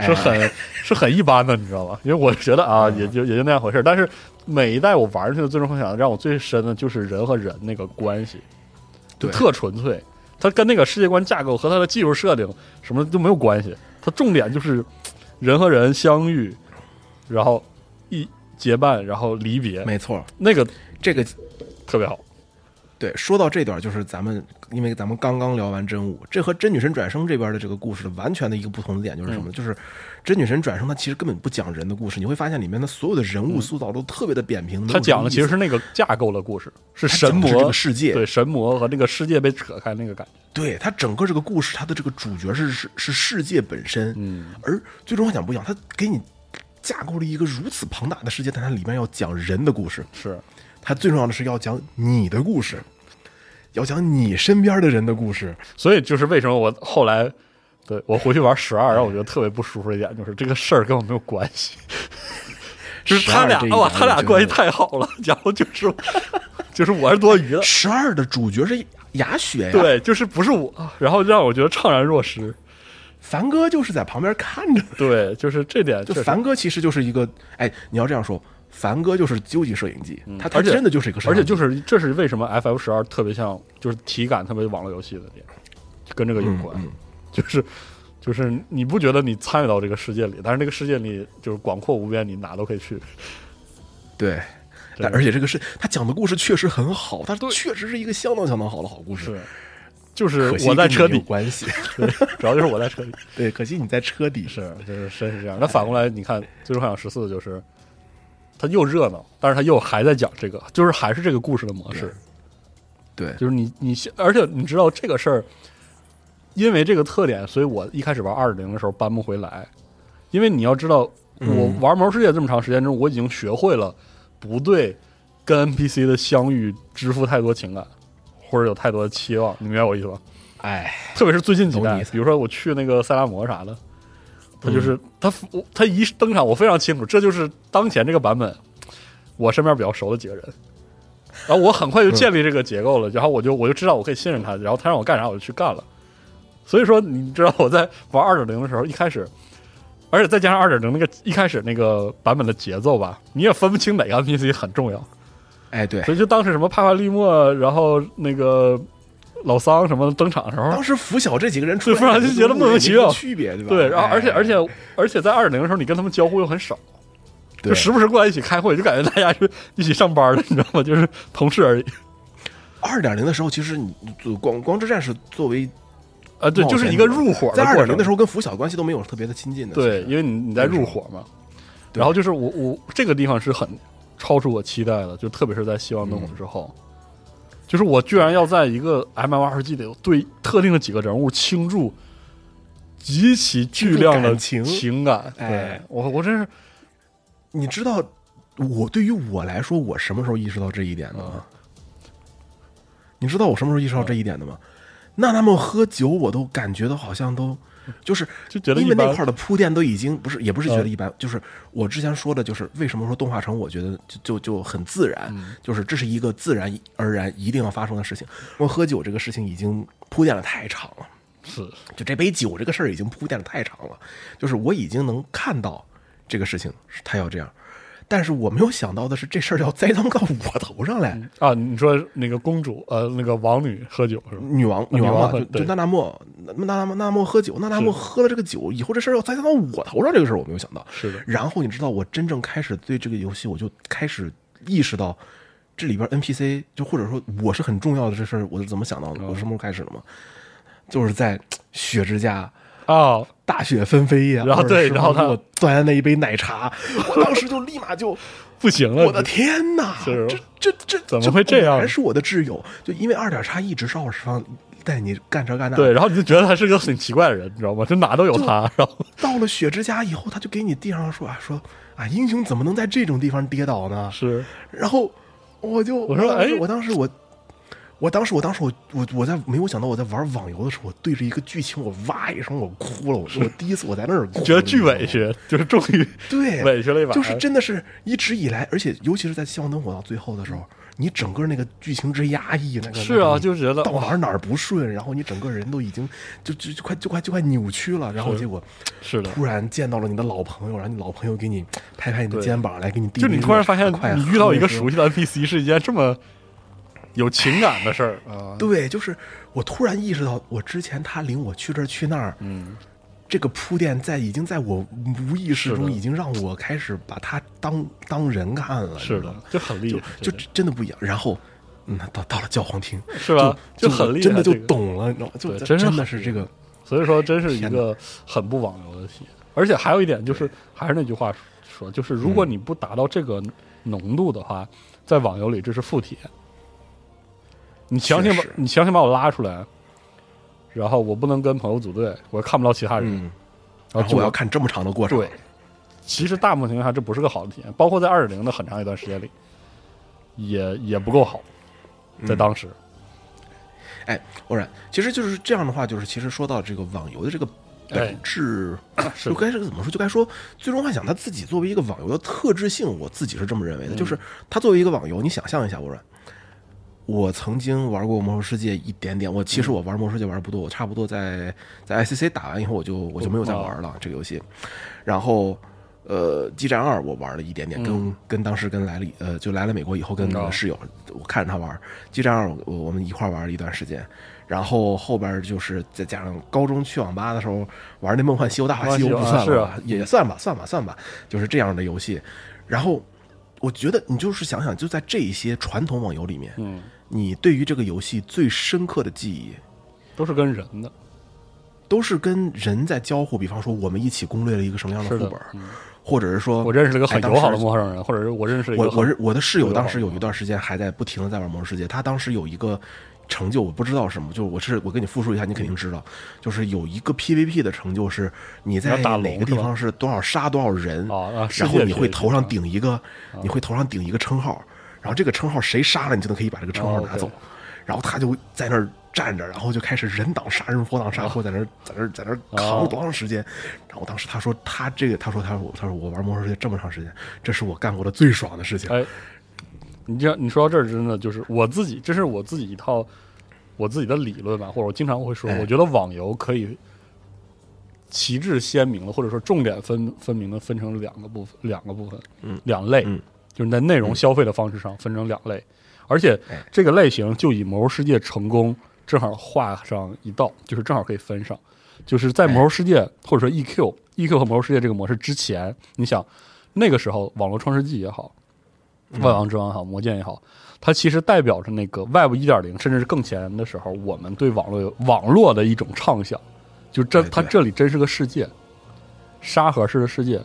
S2: 是很、
S3: 哎
S2: 是很一般的，你知道吗？因为我觉得啊，
S3: 嗯
S2: 也就也就那样回事儿。但是每一代我玩去的最终幻想，让我最深的就是人和人那个关系，就
S3: 对
S2: 特纯粹。它跟那个世界观架构和它的技术设定什么都没有关系，它重点就是人和人相遇，然后一结伴，然后离别，
S3: 哎没错，
S2: 那个
S3: 这个
S2: 特别好。
S3: 对，说到这段，就是咱们因为咱们刚刚聊完真武，这和真女神转生这边的这个故事的完全的一个不同的点就是什
S2: 嗯
S3: 么呢？就是真女神转生它其实根本不讲人的故事，你会发现里面的所有的人物塑造都特别的扁平，没有
S2: 它嗯讲的
S3: 什么意
S2: 其实
S3: 思
S2: 是那个架构的故事，是
S3: 它
S2: 神
S3: 讲
S2: 魔
S3: 的是这个世界
S2: 对神魔和这个世界被扯开那个感觉。
S3: 对他整个这个故事，他的这个主角是是是世界本身，嗯，而最终幻想不一样，他给你架构了一个如此庞大的世界，但它里面要讲人的故事，
S2: 是
S3: 它最重要的是要讲你的故事，要讲你身边的人的故事，
S2: 所以就是为什么我后来对我回去玩十二，让我觉得特别不舒服的一点，就是这个事儿跟我没有关
S3: [laughs]
S2: 系。就是他俩
S3: 12这一
S2: 哇，
S3: 点
S2: 他
S3: 我
S2: 俩
S3: 觉
S2: 关系
S3: 得
S2: 太好了， [laughs] 然后就是就是我是多余的，
S3: 十二的主角是雅雪呀，，
S2: 对，就是不是我，然后让我觉得怅然若失。
S3: 凡哥就是在旁边看着，
S2: 对，就是这点确
S3: 就
S2: 实，
S3: 凡哥其实就是一个，哎，你要这样说，凡哥就是究极摄影机，他
S2: 嗯
S3: 他
S2: 而且
S3: 真的就是一个摄
S2: 而
S3: 影机，
S2: 且就是这是为什么 F F 十二特别像，就是体感特别网络游戏的点，就跟这个有关，
S3: 嗯
S2: 就是。就是你不觉得你参与到这个世界里，但是这个世界里就是广阔无边，你哪都可以去。
S3: 对，
S2: 对
S3: 但而且这个是他讲的故事确实很好，他确实是一个相当相当好的好故事。
S2: 是，就是
S3: 可惜
S2: 我在
S3: 跟你
S2: 车
S3: 没有
S2: 底，
S3: 关系，
S2: 对， [laughs] 主要就是我在车 [laughs] 底。
S3: 对，可惜你在车底。
S2: 是，就是真是这样。那反过来，你看《最终幻想十四》就是它又热闹，但是它又还在讲这个，就是还是这个故事的模式。
S3: 对，
S2: 就是你你先，而且你知道这个事儿，因为这个特点，所以我一开始玩二点零的时候搬不回来，因为你要知道，我玩魔兽世界这么长时间中，我已经学会了不对跟 NPC 的相遇支付太多情感，或者有太多的期望，你明白我意思吧？
S3: 哎，
S2: 特别是最近几
S3: 懂
S2: 代
S3: 你意，思嗯
S2: 比如说我去那个塞拉摩啥的，他就是、他我他一登场，我非常清楚，这就是当前这个版本我身边比较熟的几个人。然后我很
S3: 嗯
S2: 快就建立这个结构了，然后我就我就知道我可以信任他，然后他让我干啥我就去干了。所以说，你知道我在玩二点零的时候，一开始，而且再加上二点零那个一开始那个版本的节奏吧，你也分不清哪个 NPC 很重要。
S3: 哎，对，
S2: 所以就当时什么帕帕利莫，然后那个老桑什么登场的时候，
S3: 当时拂晓这几个人出来，
S2: 对拂晓就觉得莫名其妙
S3: 有什么区别对吧？
S2: 对，然后而且
S3: 哎
S2: 而且而且在二点零的时候，你跟他们交互又很少，
S3: 对
S2: 就时不时过来一起开会，就感觉大家是一起上班的，你知道吗？就是同事而已。
S3: 二点零的时候，其实你就光光之战是作为
S2: 啊，对，
S3: 冒
S2: 就
S3: 险
S2: 是一个入伙
S3: 在二点零的
S2: 时
S3: 时候跟拂晓关系都没有特别的亲近的，
S2: 候，对，
S3: 其
S2: 因
S3: 实
S2: 为你你在入伙嘛。然后就是我我这个地方是很超出我期待的，就特别是在希望
S3: 嗯
S2: 灯火之后，就是我居然要在一个 M M R G 里对特定的几个人物倾注极其巨量的
S3: 倾注感情
S2: 情感。对
S3: 哎
S2: 我我真是
S3: 你知道我对于我来说，我什么时候意识到这一点的
S2: 嗯
S3: 吗？你知道我什么时候意识到这一点的吗？那他们喝酒，我都感觉到好
S2: [laughs]
S3: 像都就是
S2: 就觉得
S3: 因
S2: 一
S3: 为
S2: 般嗯
S3: 那块儿的铺垫都已经不是，也不是觉得一般，就是我之前说的，就是为什么说动画城，我觉得就就就很自然，
S2: 嗯
S3: 就是这是一个自然而然一定要发生的事情。我喝酒这个事情已经铺垫了太长了。
S2: 是
S3: 就这杯酒这个事儿已经铺垫的太长了，就是我已经能看到这个事情是他要这样，但是我没有想到的是这事儿要栽赃到我头上来。
S2: 啊，你说那个公主呃，那个王女喝酒是吧？
S3: 女王，女
S2: 啊女王
S3: 王嘛，
S2: 很
S3: 就
S2: 对
S3: 就娜娜莫，娜娜娜莫喝酒，娜娜莫喝了这个酒以后，这事儿要栽赃到我头上，这个事儿我没有想到。
S2: 是的
S3: 然后你知道，我真正开始对这个游戏，我就开始意识到这里边 NPC 就或者说我是很重要的这事儿，我是怎么想到的？我
S2: 哦
S3: 是什么时候开始的吗？就是在雪之家。
S2: 啊，
S3: 大雪纷飞呀、
S2: 然后
S3: 或者
S2: 对
S3: 是
S2: 然后他
S3: 给我端的那一杯
S2: [laughs]
S3: 奶茶，我当时就立马就，
S2: 不行了，
S3: 我的天哪，
S2: 嗯是
S3: 这这这
S2: 怎么会这样
S3: 还是我的挚友，就因为二点叉一直捎实方带你干这干那。
S2: 对，，然后你就觉得他是个很奇怪的人，你知道吗？就哪都有他，然后
S3: 到了雪之家以后，他就给你地上说啊说啊，英雄怎么能在这种地方跌倒呢？ [laughs]
S2: 是
S3: 然后我就
S2: 我说
S3: 当时
S2: 哎
S3: 我当时我。我当时，我当时我，我我在没有想到我在玩网游的时候，我对着一个剧情，我哇一声，我哭了。我我第一次我在那儿
S2: [laughs]
S3: 哭，
S2: 觉得巨
S3: 你知道吗
S2: 委屈，就是终于
S3: 对，
S2: 委屈了一把，
S3: 就是真的是一直以来，而且尤其是在《希望灯火》到最后的时候，你整个那个剧情之压抑，那个
S2: [laughs] 是啊
S3: 那个
S2: 就觉 [laughs] 得
S3: 到哪儿哪儿不顺，然后你整个人都已经就就就快就快就快扭曲了，然后结果
S2: 是的。
S3: 突然见到了你的老朋友，然后你老朋友给你拍拍你的
S2: 对
S3: 肩膀，来给你递
S2: 就
S3: 杯热茶，
S2: 你突然发现，
S3: 快
S2: 你遇到一个
S3: 喝
S2: 熟悉的 NPC 是一件这么有情感的事儿啊，
S3: 对，就是我突然意识到，我之前他领我去这儿去那儿，嗯，这个铺垫在已经在我无意识
S2: 是
S3: 中
S2: 的
S3: 已经让我开始把他当当人看了，
S2: 是
S3: 你知道
S2: 的
S3: 吗，
S2: 就很厉
S3: 就
S2: 害，
S3: 就
S2: 真的
S3: 真的不一样。然后，嗯，到到了教皇厅，
S2: 是吧
S3: 就
S2: 就很
S3: 我
S2: 厉害
S3: 真的就
S2: 这个
S3: 懂了，你知道吗？就
S2: 对
S3: 这
S2: 真是
S3: 真
S2: 很
S3: 的是这个，
S2: 所以说真是一
S3: 天
S2: 个很不网游的体验。而且还有一点就是，还是那句话说，就是如果你不达到这个浓度的话，在网游里这是负体验。你强行把
S3: 确实
S2: 你强行把我拉出来，然后我不能跟朋友组队，我看不到其他人，
S3: 嗯。
S2: 然
S3: 然
S2: 后
S3: 后
S2: 就
S3: 我要看这么长的过程，
S2: 对。其实大部分情况下这不是个好的体验，包括在二点零的很长一段时间里，也也不够好，在当时。
S3: 哎，欧然，其实就是这样的话，就是其实说到这个网游的这个
S2: 哎
S3: 本质， [clears throat]
S2: 是
S3: 就该是怎么说，就该说《最终幻想》它自己作为一个网游的特质性，我自己是这么认为的，
S2: 嗯
S3: 就是它作为一个网游，你想象一下，欧然。我曾经玩过《魔兽世界》一点点，我
S2: 嗯
S3: 其实我玩《魔兽世界》玩的不多，我差不多在在 ICC 打完以后，我就我就没有再玩了这个游戏。然后，呃，《激战二》我玩了一点点，跟跟当时跟来了呃，就来了美国以后跟
S2: 嗯
S3: 室友，我看着他玩《激战二》，我我们一块儿玩了一段时间。然后后边就是再加上高中去网吧的时候玩那《梦幻西游》《大话西游》不
S2: 梦幻西
S3: 算
S2: 游
S3: 了
S2: 啊
S3: 吧，也算吧，算吧，算吧，就是这样的游戏。然后我觉得你就是想想，就在这一些传统网游里面，
S2: 嗯，
S3: 你对于这个游戏最深刻的记忆，
S2: 都是跟人的，
S3: 都是跟人在交互。比方说，我们一起攻略了一个什么样的
S2: 是
S3: 副
S2: 的嗯
S3: 本儿，或者是说
S2: 我认识了个很
S3: 哎当
S2: 友好的
S3: 时
S2: 陌生人，或者是我认识了一
S3: 我
S2: 个
S3: 我
S2: 很
S3: 是我的室友，
S2: 友好
S3: 当时有一段时间还在不停的在玩《魔兽世界》，他当时有一个成就，我不知道什么，就是我是我跟你复述一下，你肯定知道，就是有一个 PVP 的成就是你在
S2: 你要打
S3: 哪
S2: 龙
S3: 个地
S2: 是吧
S3: 方是多少杀多少人，
S2: 哦啊世
S3: 然
S2: 界
S3: 后你会
S2: PVP
S3: 头上
S2: 啊
S3: 顶一个，你会头上顶一个称号，然后这个称号谁杀了，你就能可以把这个称号
S2: 哦
S3: 拿
S2: ，OK
S3: 走，然后他就在那儿。站着，然后就开始人挡杀人，佛挡杀佛，在那儿在那儿在那儿扛
S2: 啊哦
S3: 多长时间？然后当时他说他这个，他说他说他说我玩魔兽世界这么长时间，这是我干过的最爽的事情。
S2: 哎，你这样你说到这儿，真的就是我自己，这是我自己一套我自己的理论吧，或者我经常会说，
S3: 哎
S2: 我觉得网游可以旗帜鲜明的，或者说重点分分明的分成两个部分，两个部分，
S3: 嗯
S2: 两类，
S3: 嗯
S2: 就是在内容消费的方式上分成两类，而且
S3: 哎
S2: 这个类型就以《魔兽世界》成功正好画上一道，就是正好可以分上。就是
S3: 哎
S2: 在《魔兽世界》或者说 E EQ、EQ 和《魔兽世界》这个模式之前，你想那个时候《网络创世纪》也好，
S3: 嗯
S2: 《万王之王》也好，《魔剑》也好，它其实代表着那个 Web 一点零，甚至是更前的时候，我们对网络有网络的一种畅想，就这
S3: 哎对
S2: 它这里真是个世界，沙盒式的世界，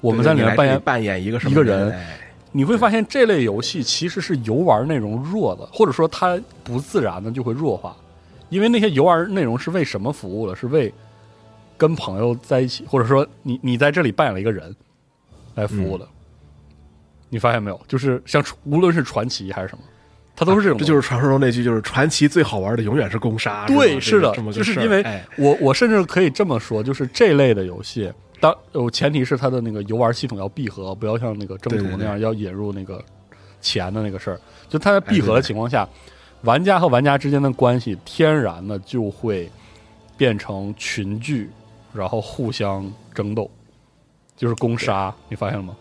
S2: 我们在里面扮
S3: 扮
S2: 演
S3: 扮演一个什么
S2: 一个人
S3: 哎
S2: 你会发现这类游戏其实是游玩内容弱的，或者说它不自然的就会弱化，因为那些游玩内容是为什么服务的？是为跟朋友在一起，或者说你你在这里扮演了一个人来服务的。
S3: 嗯
S2: 你发现没有？就是像无论是传奇还是什么，它都是这种
S3: 啊这
S2: 东西、
S3: 就是传说中那句，就是传奇最好玩的永远是攻杀。
S2: 对，是
S3: 是吧
S2: 的
S3: 啊这个这么，个
S2: 就是
S3: 事儿
S2: 因为
S3: 哎
S2: 我我甚至可以这么说，就是这类的游戏，当有前提是它的那个游玩系统要闭合，不要像那个征
S3: 对对
S2: 途那
S3: 对
S2: 样要引入那个钱的那个事儿。就它在闭合
S3: 哎对
S2: 的
S3: 对
S2: 情况下，玩家和玩家之间的关系天然的就会变成群聚，然后互相争斗，就是攻杀。你发现了吗？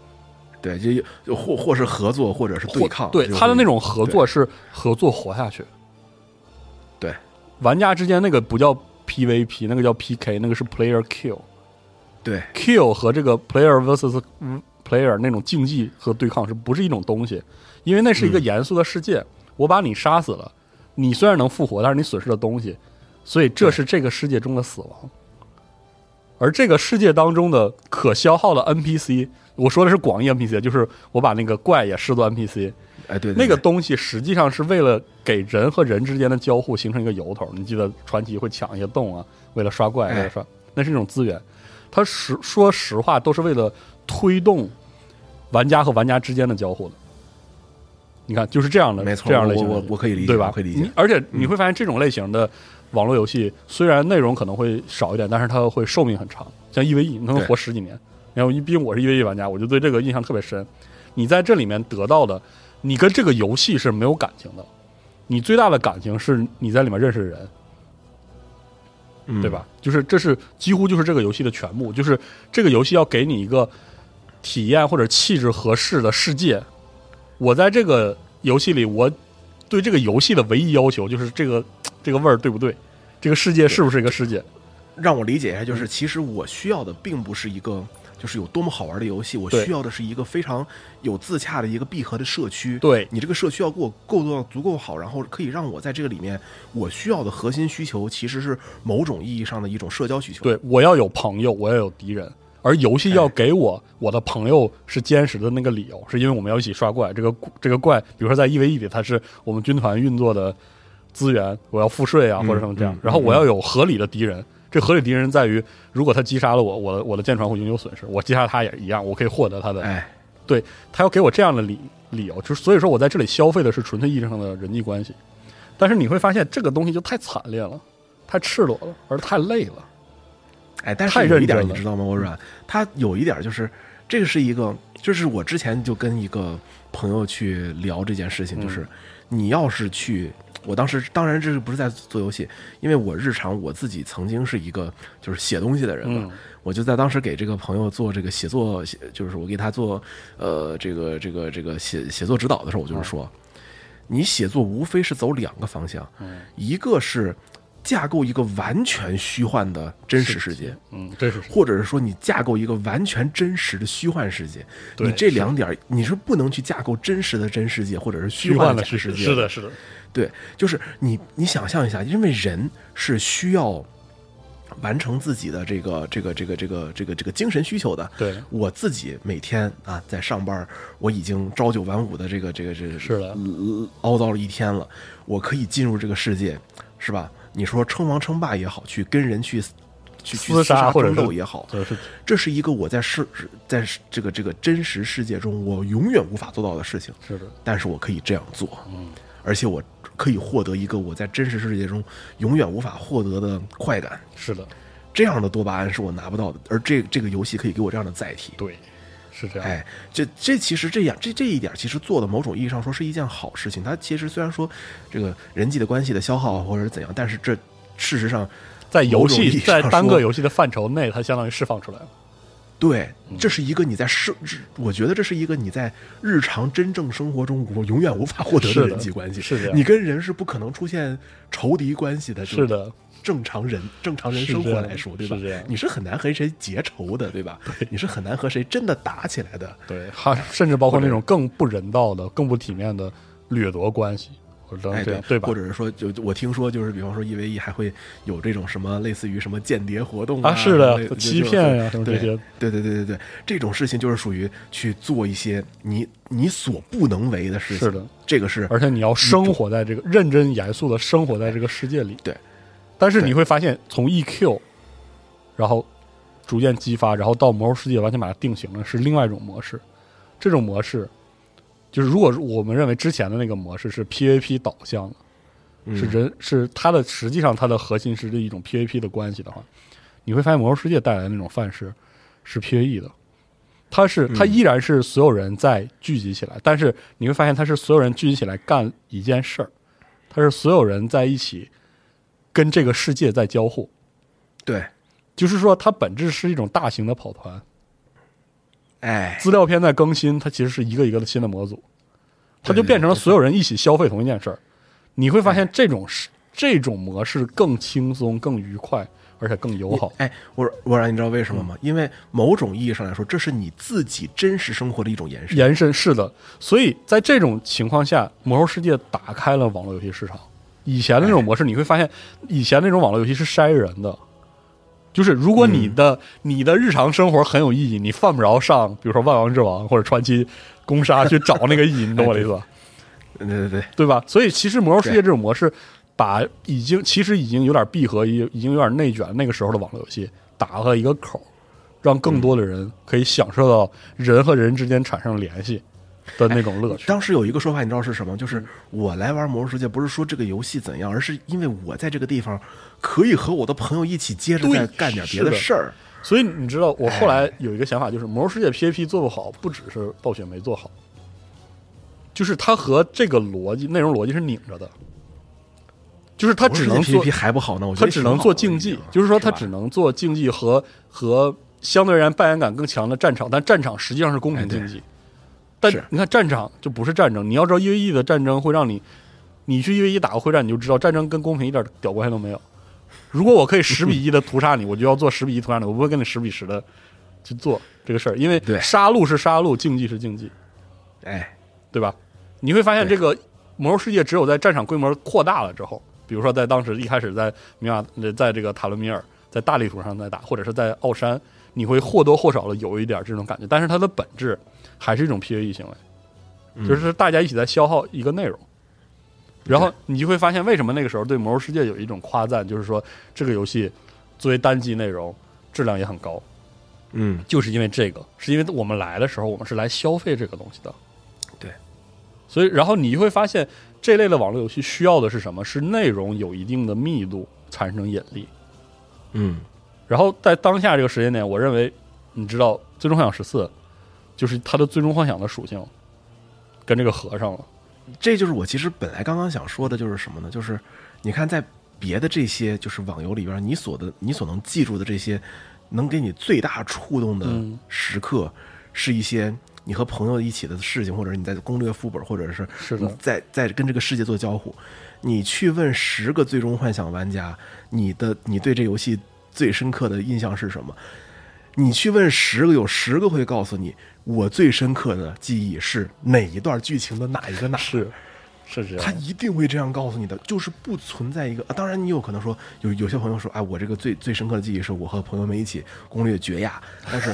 S3: 对，就有就或或是合作，或者是对
S2: 或
S3: 抗。
S2: 对
S3: 就是
S2: 他的那种合作是合作活下去。
S3: 对，
S2: 玩家之间那个不叫 PVP，那个叫 PK，那个是 Player Kill。
S3: 对
S2: Kill 和这个 Player vs Player 那种竞技和对抗是不是一种东西？因为那是一个严肃的世界，我把你杀死了，你虽然能复活，但是你损失了东西，所以这是这个世界中的死亡。而这个世界当中的可消耗的 NPC，我说的是广义 NPC，就是我把那个怪也视作 NPC，
S3: 哎对
S2: 那
S3: 对
S2: 个
S3: 对
S2: 东西实际上是为了给人和人之间的交互形成一个由头。你记得传奇会抢一些洞啊，为了刷怪，
S3: 哎
S2: 为了刷，那是一种资源。它实说实话都是为了推动玩家和玩家之间的交互的。你看，就是这样的，
S3: 没错
S2: 这样类
S3: 我
S2: 型的
S3: 我我可以理解
S2: 对吧？
S3: 我可以理解嗯
S2: 你而且你会发现，这种类型的网络游戏虽然内容可能会少一点，但是它会寿命很长，像 E EVE 能
S3: 对
S2: 活十几年。然后，毕竟我是 EVE 玩家，我就对这个印象特别深。你在这里面得到的，你跟这个游戏是没有感情的，你最大的感情是你在里面认识人，
S3: 嗯
S2: 对吧？就是这是几乎就是这个游戏的全部，就是这个游戏要给你一个体验或者气质合适的世界。我在这个游戏里，我对这个游戏的唯一要求就是这个这个味儿对不对？这个世界是不是一个世界？
S3: 让我理解一下，就是其实我需要的并不是一个就是有多么好玩的游戏，我
S2: 对
S3: 需要的是一个非常有自洽的一个闭合的社区。
S2: 对
S3: 你这个社区要给我构造足够好，然后可以让我在这个里面，我需要的核心需求其实是某种意义上的一种社交需求。
S2: 对，我要有朋友，我要有敌人，而游戏
S3: 哎
S2: 要给我我的朋友是坚实的那个理由，是因为我们要一起刷怪。这个这个怪，比如说在 EVE 里，它是我们军团运作的资源，我要赋税啊或者什么这样
S3: 嗯。
S2: 然后我要有合理的敌人，这合理敌人在于，如果他击杀了我，我的我的舰船会拥有损失；我击杀他也一样，我可以获得他的
S3: 哎，
S2: 对他要给我这样的理理由，就是所以说我在这里消费的是纯粹意义上的人际关系，但是你会发现这个东西就太惨烈了，太赤裸了，而太累了。
S3: 哎，但
S2: 太
S3: 是有一
S2: 认真
S3: 点儿你
S2: 了
S3: 知道吗，欧软？它有一点儿就是，这个是一个，就是我之前就跟一个朋友去聊这件事情，
S2: 嗯
S3: 就是你要是去，我当时当然这是不是在做游戏，因为我日常我自己曾经是一个就是写东西的人嘛，
S2: 嗯
S3: 我就在当时给这个朋友做这个写作，写就是我给他做呃这个这个这个写写作指导的时候，
S2: 嗯
S3: 我就是说，你写作无非是走两个方向，一个是架构一个完全虚幻的真实世界，
S2: 嗯，这是
S3: 或者是说你架构一个完全真实的虚幻世界，
S2: 对
S3: 你这两点儿你是不能去架构真实的真世界，或者是虚幻假世界。
S2: 是的，，是的，
S3: 对，就是你你想象一下，因为人是需要完成自己的这个这个这个这个这个这个精神需求的。
S2: 对
S3: 我自己每天啊在上班，我已经朝九晚五的这个这个这个
S2: 是的
S3: 呃熬到了一天了，我可以进入这个世界，是吧？你说称王称霸也好，去跟人去去去
S2: 厮杀
S3: 杀
S2: 或者
S3: 争斗
S2: 是
S3: 也好，
S2: 就是
S3: 这是一个我在世在这个这个真实世界中我永远无法做到的事情。
S2: 是的，
S3: 但是我可以这样做，
S2: 嗯
S3: 而且我可以获得一个我在真实世界中永远无法获得的快感。
S2: 是的，
S3: 这样的多巴胺是我拿不到的，而这这个游戏可以给我这样的载体。
S2: 对，是这样。
S3: 哎，这这其实这样这这一点其实做的某种意义上说是一件好事情。它其实虽然说这个人际的关系的消耗啊或者是怎样，但是这事实上
S2: 在游
S3: 某种意
S2: 戏
S3: 义
S2: 在
S3: 上
S2: 单
S3: 说
S2: 个游戏的范畴内，它相当于释放出来了。
S3: 对，
S2: 嗯
S3: 这是一个你在生，日我觉得这是一个你在日常真正生活中我永远无法获得
S2: 是的
S3: 人际关系。
S2: 是这样
S3: 你跟人是不可能出现仇敌关系的。
S2: 是，的，
S3: 正常人正常人
S2: 是
S3: 生
S2: 这
S3: 活
S2: 样
S3: 来说，对吧
S2: 是这样？
S3: 你是很难和谁结仇的，对吧？你是很难和谁真的打起来的。
S2: 对，哎还甚至包括那种更不人道的、更不体面的掠夺关系，或者
S3: 哎，
S2: 这样
S3: 对，
S2: 对吧
S3: 或？者是说，就就我听说，就是比方说一 E v 一还会有这种什么类似于什么间谍活动
S2: 啊是的
S3: 类就
S2: 欺骗呀
S3: 就
S2: 什么
S3: 对
S2: 这些
S3: 对对对对对，这种事情就是属于去做一些你你所不能为的事情。
S2: 是的，
S3: 这个是
S2: 而且你要生活在这个认真严肃的生活在这个世界里。
S3: 对，
S2: 但是你
S3: 对
S2: 会发现，从 EQ，然后逐渐激发，然后到魔兽世界完全把它定型了，是另外一种模式。这种模式就是，如果我们认为之前的那个模式是 PVP 导向的，是人是它的实际上它的核心是这一种 PVP 的关系的话，你会发现魔兽世界带来的那种范式是 PVE 的，它是它依然是所有人在聚集起来，但是你会发现它是所有人聚集起来干一件事儿，它是所有人在一起跟这个世界在交互，
S3: 对，
S2: 就是说它本质是一种大型的跑团，
S3: 哎，
S2: 资料片在更新，它其实是一个一个的新的模组，它就变成了所有人一起消费同一件事儿。你会发现这种是这种模式更轻松、更愉快，而且更友好。
S3: 哎，我我让你知道为什
S2: 嗯
S3: 么吗？因为某种意义上来说，这是你自己真实生活的一种延伸。
S2: 延伸是的，所以在这种情况下，《魔兽世界》打开了网络游戏市场。以前的那种模式，你会发现，以前那种网络游戏是筛人的，就是如果
S3: 嗯
S2: 你的、你的日常生活很有意义，你犯不着上，比如说《万王之王》或者《传奇攻杀》去找那个意义，你懂我的意思吧？
S3: 对对对，
S2: 对吧？所以其实《魔兽世界》
S3: 对
S2: 这种模式，把已经其实已经有点闭合，已已经有点内卷那个时候的网络游戏打了一个口儿，让更多的人可以享受到人和人之间产生联系的那种
S3: [laughs]
S2: 乐趣。
S3: 当时有一个说法，你知道是什
S2: 嗯
S3: 么？就是我来玩《魔兽世界》，不是说这个游戏怎样，而是因为我在这个地方可以和我的朋友一起接着
S2: 对
S3: 再干点别
S2: 是的
S3: 事儿。
S2: 所以你知道，我后来有一个想法，就是《魔兽世界》PVP 做不好，不只是暴雪没做好，就是它和这个逻辑内容逻辑是拧着的，就是它
S3: 魔
S2: 只
S3: 兽世界
S2: 能做
S3: PVP 还不好呢，我觉
S2: 他
S3: 得
S2: 只
S3: 挺
S2: 能
S3: 好
S2: 做
S3: 的
S2: 竞
S3: 已
S2: 技
S3: 经，
S2: 就是说他
S3: 吧
S2: 只能做竞技和和相对而言扮演感更强的战场，但战场实际上是公平竞技。但
S3: 哎是
S2: 你看战场就不是战争，你要知道一 v 一的战争会让你，你去一 v 一打过会战，你就知道战争跟公平一点屌关系都没有。如果我可以十比一的屠杀你，我就要做十比一屠杀你，我不会跟你十比十的去做这个事儿，因为
S3: 对
S2: 杀戮是杀戮，竞技是竞技。
S3: 哎，
S2: 对吧？你会发现
S3: 对
S2: 这个魔兽世界只有在战场规模扩大了之后，比如说在当时一开始在米瓦，呃在这个塔伦米尔，在大地图上在打，或者是在奥山，你会或多或少的有一点这种感觉，但是它的本质还是一种 PVE 行为，就是大家一起在消耗一个内容。然后你就会发现，为什么那个时候对《魔兽世界》有一种夸赞，就是说这个游戏作为单机内容质量也很高，
S3: 嗯，
S2: 就是因为这个，是因为我们来的时候，我们是来消费这个东西的。
S3: 对，
S2: 所以然后你会发现，这类的网络游戏需要的是什么？是内容有一定的密度，产生引力。
S3: 嗯，
S2: 然后在当下这个时间点，我认为，你知道，《最终幻想十四》就是它的《最终幻想》的属性跟这个合上了。
S3: 这就是我其实本来刚刚想说的，就是什么呢？就是你看，在别的这些就是网游里边，你所的你所能记住的这些，能给你最大触动的
S2: 嗯
S3: 时刻，是一些你和朋友一起的事情，或者是你在攻略副本，或者是
S2: 是的
S3: 你在在跟这个世界做交互。你去问十个最终幻想玩家，你的你对这游戏最深刻的印象是什么？你去问十个，有十个会告诉你，我最深刻的记忆是哪一段剧情的哪一个哪。
S2: 是，是这
S3: 他
S2: 样，
S3: 一定会这样告诉你的，就是不存在一个。啊、当然，你有可能说有有些朋友说，哎，我这个最最深刻的记忆是我和朋友们一起攻略绝亚，
S2: [laughs]
S3: 但是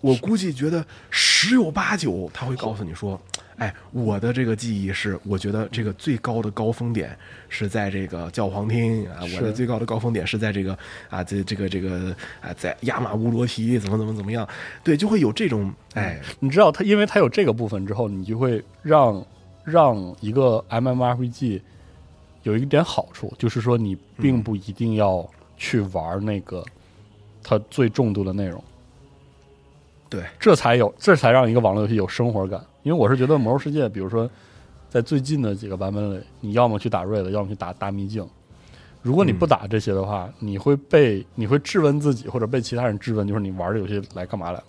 S3: 我估计觉得十有八九他会告诉你说，哎，我的这个记忆是，我觉得这个最高的高峰点是在这个教皇厅啊，我的
S2: 是
S3: 最高的高峰点是在这个啊，这这个这个啊，在亚马乌罗提怎么怎么怎么样，对，就会有这种哎，
S2: 你知道他，因为他有这个部分之后，你就会让让一个 MMRPG 有一点好处，就是说你并不一定要去玩那个它最重度的内容，
S3: 对，
S2: 这才有这才让一个网络游戏有生活感。因为我是觉得《魔兽世界》，比如说在最近的几个版本里，你要么去打瑞德，要么去打大秘境。如果你不打这些的话，你会被你会质问自己，或者被其他人质问，就是你玩这游戏来干嘛来了？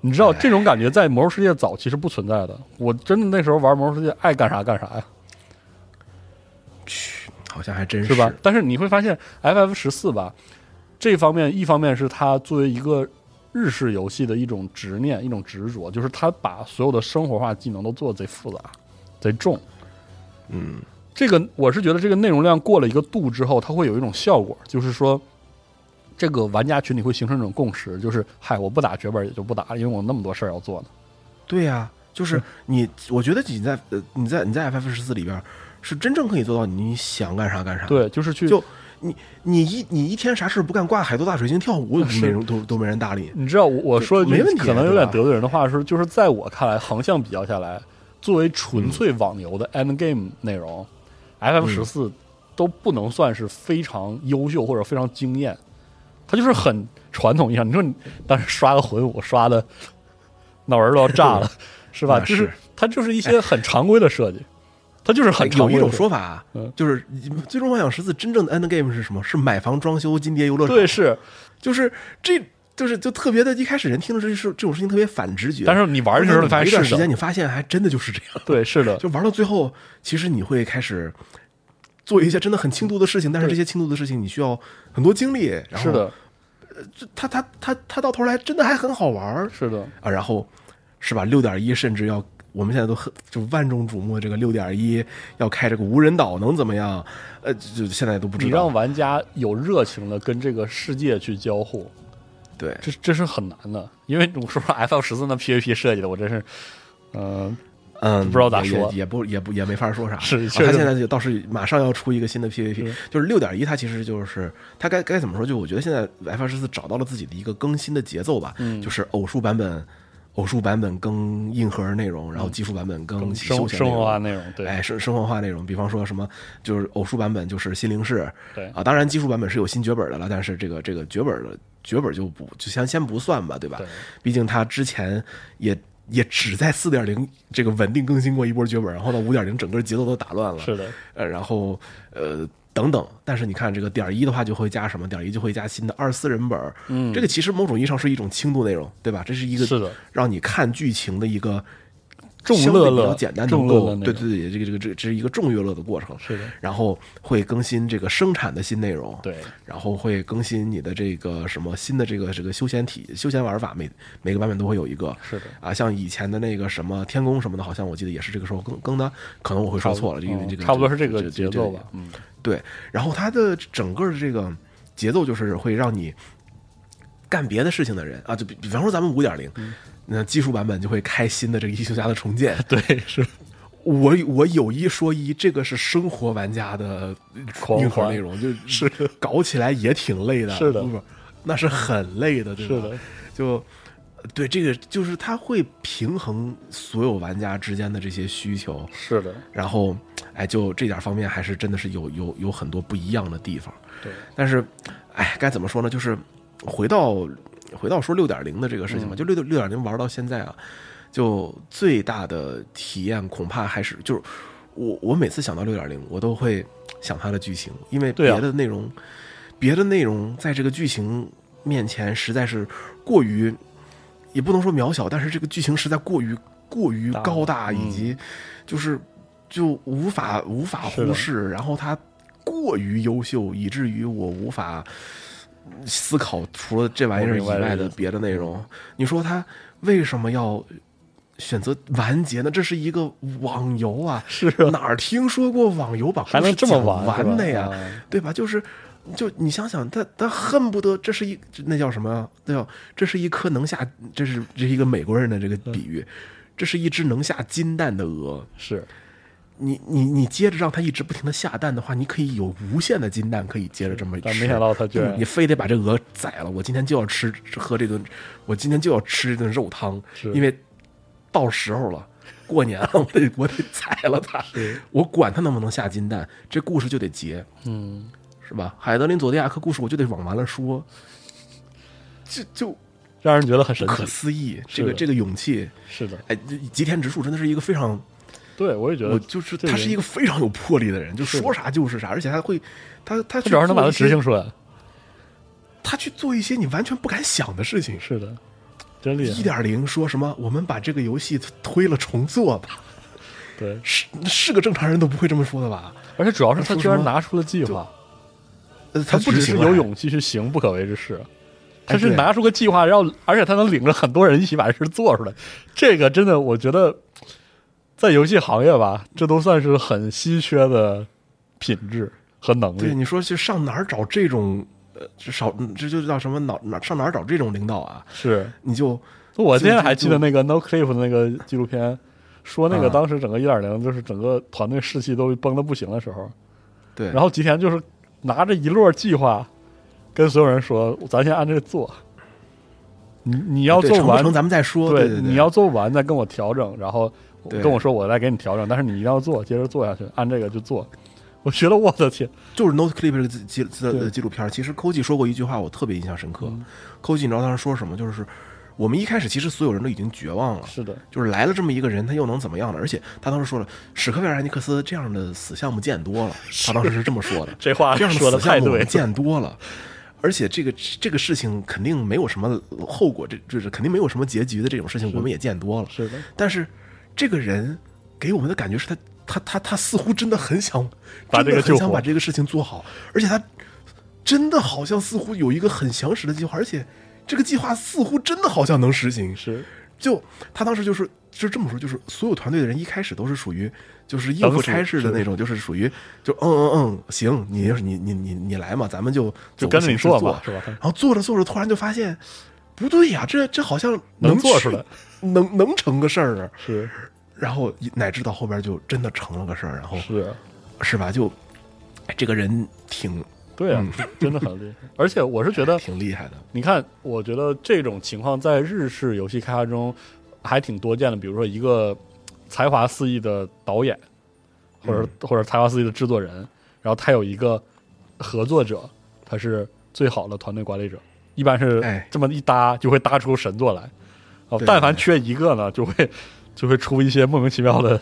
S2: 你知道这种感觉在《魔兽世界》早期是不存在的。我真的那时候玩《魔兽世界》，爱干啥干啥呀，
S3: 好像还真
S2: 是吧？但是你会发现，FF 十四吧，这方面一方面是它作为一个日式游戏的一种执念、一种执着，就是它把所有的生活化技能都做得贼复杂、贼重。
S3: 嗯，
S2: 这个我是觉得这个内容量过了一个度之后，它会有一种效果，就是说，这个玩家群体会形成一种共识，就是嗨，我不打绝本也就不打，因为我那么多事儿要做呢。
S3: 对呀、就是
S2: 嗯
S3: 你，我觉得你在呃你在你在 FF 十四里边儿是真正可以做到你想干啥干啥。，
S2: 对，就是去
S3: 就你你一你一天啥事不干，挂海多大水星跳舞，
S2: 是嗯
S3: 没人都都没人搭理。
S2: 你知道我我
S3: 就
S2: 说一句
S3: 没问题啊
S2: 可能有
S3: 对
S2: 点
S3: 吧
S2: 得罪人的话是，就是在我看来，横向比较下来，作
S3: 嗯
S2: 为纯粹网游的 end game 内容、f f 十
S3: 嗯
S2: 四都不能算是非常优秀或者非常惊艳，它就是很传统一样。你说你当时刷个魂舞刷的脑仁儿都要炸
S3: [laughs]
S2: 了，是吧？
S3: 那
S2: 就是是它就是一些很常规的设计，它就是很常
S3: 有
S2: 规
S3: 一
S2: 的
S3: 种
S2: 设计
S3: 说法啊
S2: 嗯，
S3: 就是《最终幻想十四》真正的 end game 是什么？是买房装修、金蝶游乐场。
S2: 对，是，
S3: 就是这，就是就特别的。一开始人听的这是这种事情特别反直觉，
S2: 但是你玩的时候你发
S3: 玩一
S2: 现
S3: 段
S2: 是
S3: 时
S2: 的
S3: 间，，你发现还真的就是这样。
S2: 对，是的，
S3: [laughs] 就玩到最后，其实你会开始做一些真的很轻度的事情，但是这些轻度的事情你需要很多精力。然后
S2: 是的，
S3: 这，他他他他到头来真的还很好玩儿
S2: 是的，
S3: 啊。然后是吧？六点一甚至要我们现在都很就万众瞩目的这个六点一要开这个无人岛能怎么样？呃，就就现在都不
S2: 你
S3: 知
S2: 让
S3: 道。
S2: 玩家有热情的跟这个世界去交互，
S3: 对，
S2: 这这是很难的，因为我说实话 F F 十四那 P V P 设计的，我真是，嗯、
S3: 嗯，
S2: 不知道咋说
S3: 也也不也不也没法说啥。
S2: 是
S3: 啊
S2: 确实嗯
S3: 他现在就倒是马上要出一个新的 PVP，就是六点一，它其实就是它该该怎么说？就我觉得现在 F 十四找到了自己的一个更新的节奏吧，
S2: 嗯
S3: 就是偶数版本。偶数版本更硬核内容，然后技术版本更
S2: 嗯
S3: 休
S2: 生
S3: 闲
S2: 生
S3: 内容
S2: 活化内容，对、
S3: 哎，生生活化内容，比方说什么，就是偶数版本就是新灵士，
S2: 对
S3: 啊，当然技术版本是有新绝本的了，但是这个这个绝本的绝本就不就先先不算吧，对吧？
S2: 对
S3: 毕竟它之前也也只在四点零这个稳定更新过一波绝本，然后到五点零整个节奏都打乱了，
S2: 是的，
S3: 呃，然后呃等等，但是你看这个点一的话就会加什么？点一就会加新的二四人本，嗯，这个其实某种意义上是一种轻度内容，对吧？这是一个
S2: 是的
S3: 让你看剧情的一个
S2: 众
S3: 相对
S2: 乐
S3: 比
S2: 乐
S3: 较简单，
S2: 众
S3: 能
S2: 乐
S3: 够
S2: 乐那
S3: 对
S2: 种
S3: 对对，这个这个这个这是一个众乐乐的过程，
S2: 是的，
S3: 然后会更新这个生产的新内容，
S2: 对，
S3: 然后会更新你的这个什么新的这个这个休闲体休闲玩法，每每个版本都会有一个，
S2: 是的
S3: 啊，像以前的那个什么天宫什么的，好像我记得也是这个时候更更的，可能我会说错了，因为
S2: 嗯
S3: 这个
S2: 差不多是
S3: 这
S2: 这个节奏吧，
S3: 这
S2: 嗯，
S3: 对，然后它的整个的这个节奏就是会让你干别的事情的人啊，就比比方说咱们五点零，
S2: 嗯
S3: 那技术版本就会开新的这个异形侠的重建。
S2: 对，是
S3: 我我有一说一，这个是生活玩家的
S2: 狂
S3: 硬核
S2: 欢
S3: 内
S2: [laughs]
S3: 容，就是搞起来也挺累的，
S2: 是的
S3: 不不，那是很累的，对吧？
S2: 是的，
S3: 就对这个就是它会平衡所有玩家之间的这些需求，
S2: 是的，
S3: 然后，哎，就这点方面还是真的是有有有很多不一样的地方。
S2: 对，
S3: 但是，哎，该怎么说呢？就是回到回到说六点零的这个事情
S2: 嗯
S3: 吧，就六六点零玩到现在啊，就最大的体验恐怕还是就是我我每次想到六点零，我都会想它的剧情，因为
S2: 对
S3: 别
S2: 啊
S3: 的内容、别的内容在这个剧情面前实在是过于也不能说渺小，但是这个剧情实在过于过于
S2: 大
S3: 高大，以
S2: 嗯
S3: 及就是就无法无法
S2: 是的
S3: 忽视，然后它过于优秀，以至于我无法思考除了这玩意儿以
S2: 我明白
S3: 外
S2: 这
S3: 的
S2: 意思
S3: 别的内容。你说他为什么要选择完结呢？这是一个网游啊，
S2: 是啊
S3: 哪儿听说过网游把故事
S2: 还能这么
S3: 讲
S2: 玩是吧
S3: 完的呀？
S2: 嗯
S3: 对吧？就是，就你想想，他他恨不得这是一那叫什么呀？那叫这是一颗能下，这是这是一个美国人的这个比喻，
S2: 嗯
S3: 这是一只能下金蛋的鹅。
S2: 是
S3: 你你你接着让它一直不停的下蛋的话，你可以有无限的金蛋可以接着这么吃。
S2: 但没想到它居然
S3: 嗯你非得把这鹅宰了，我今天就要吃喝这顿，我今天就要吃这顿肉汤
S2: 是，
S3: 因为到时候了，过年了，我得我得宰了它，我管它能不能下金蛋，这故事就得结，嗯，是吧？海德林佐迪亚克故事我就得往完了说，这就
S2: 让人觉得很神
S3: 不可
S2: 奇。
S3: 思议，
S2: 呃是
S3: 这个
S2: 的
S3: 这个勇气，
S2: 是的，
S3: 哎，这吉田直树真的是一个非常。
S2: 对我也觉得，
S3: 我就是
S2: 呃这
S3: 他是一个非常有魄力的人，就说啥就是啥，而且还会，他
S2: 他
S3: 他去
S2: 主要是能把它
S3: 做一些
S2: 执行，出来。
S3: 他去做一些你完全不敢想的事情。
S2: 是的，真厉
S3: 一
S2: 害。
S3: 点零说什么？我们把这个游戏推了重做吧，
S2: 对，
S3: 是是个正常人都不会这么说的吧？
S2: 而且主要是他
S3: 说
S2: 居
S3: 什
S2: 然
S3: 么
S2: 拿出了计划，
S3: 呃，
S2: 他不只是
S3: 执行了哎
S2: 有，勇气去行不可为之事，他是
S3: 对
S2: 拿出个计划，然后而且他能领着很多人一起把这事做出来。这个真的，我觉得在游戏行业吧，这都算是很稀缺的品质和能
S3: 对
S2: 力。
S3: 你说去上哪儿找这种呃，这少这就叫什么哪哪上哪儿找这种领导啊？
S2: 是
S3: 你就
S2: 我
S3: 就
S2: 现在
S3: 就
S2: 还记得
S3: 就
S2: 那个 No Clip 的那个纪录片，说那个
S3: 啊
S2: 当时整个一点零就是整个团队士气都崩的不行的时候，
S3: 对，
S2: 然后吉田就是拿着一摞计划跟所有人说：“咱先按这个做，你你要
S3: 啊对
S2: 做
S3: 成不
S2: 完
S3: 成咱们再说，对对，
S2: 你要做完再跟我调整，然后我
S3: 对
S2: 跟我说我再给你调整，但是你一定要做，接着做下去，按这个就做。 [laughs] 我觉得我的天，
S3: 就是《Note Clip》这个纪纪
S2: 对嗯
S3: 纪纪录片儿，其实 k o j i 说过一句话，我特别印象深刻。k o j i 你知道当时说什么？就是我们一开始其实所有人都已经绝望了，
S2: 是的，
S3: [laughs] 就是来了这么一个人，他又能怎么样呢？而且他当时说了，史克威尔艾尼克斯这样的死项目见多了，他当时是这么说的。
S2: [laughs] 这话
S3: 这样
S2: 说的
S3: 死项
S2: 太
S3: 目我
S2: 对
S3: 们
S2: 了，
S3: 见多了。而且这个这个事情肯定没有什么后果，这就是肯定没有什么结局的这种事情，我们也见多了。
S2: 是的，
S3: 但是这个人给我们的感觉是他他他他似乎真的很想
S2: 把这个
S3: 真的
S2: 救
S3: 很
S2: 活
S3: 想把这个事情做好，而且他真的好像似乎有一个很详实的计划，而且这个计划似乎真的好像能实行。
S2: 是
S3: 就他当时就是就是这么说，就是所有团队的人一开始都是属于就是应付差事的那种，就是属于就嗯嗯嗯，行，你就是你你你你来嘛，咱们就
S2: 就跟着你
S3: 做
S2: 做吧是吧
S3: 然后做着做着，突然就发现不对呀、这这好像
S2: 能做
S3: 去
S2: 出来，
S3: 能能成个事儿啊。
S2: 是
S3: 然后乃至到后边就真的成了个事儿，然后
S2: 是，啊
S3: 是吧？就哎这个人挺
S2: 对啊，
S3: 嗯
S2: 真的很厉害。而且我是觉得，
S3: 挺厉害的，
S2: 你看，我觉得这种情况在日式游戏开发中还挺多见的。比如说，一个才华四溢的导演，或者、
S3: 嗯
S2: 或者才华四溢的制作人，然后他有一个合作者，他是最好的团队管理者，一般是
S3: 哎
S2: 这么一搭就会搭出神作来。哦，
S3: 对
S2: 但凡缺一个呢，就会就会出一些莫名其妙的，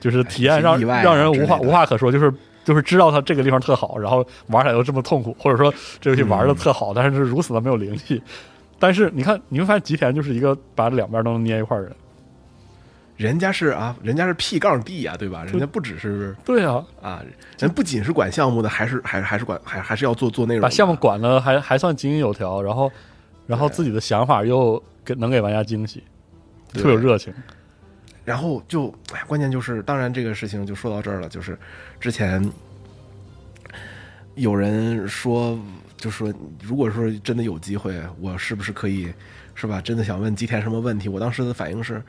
S2: 就是体验让
S3: 一些意外啊
S2: 让人无话
S3: 之类的
S2: 无话可说，就是就是知道他这个地方特好，然后玩起来又这么痛苦，或者说这游戏玩的
S3: 嗯
S2: 特好，但是如此的没有灵气。但是你看，你会发现吉田就是一个把两边都能捏一块儿的人。
S3: 人家是啊，人家是 P 杠 D 呀、对吧？人家不只是。
S2: 对啊，
S3: 啊，人不仅是管项目的，还是还还是管还还是要做做内容的，
S2: 把项目管的还还算井井有条，然后然后自己的想法又给能给玩家惊喜，特
S3: 对
S2: 别有热情。
S3: 然后就哎，关键就是，当然这个事情就说到这儿了，就是之前有人说，就说如果说真的有机会，我是不是可以，是吧？真的想问吉田什么问题？我当时的反应是，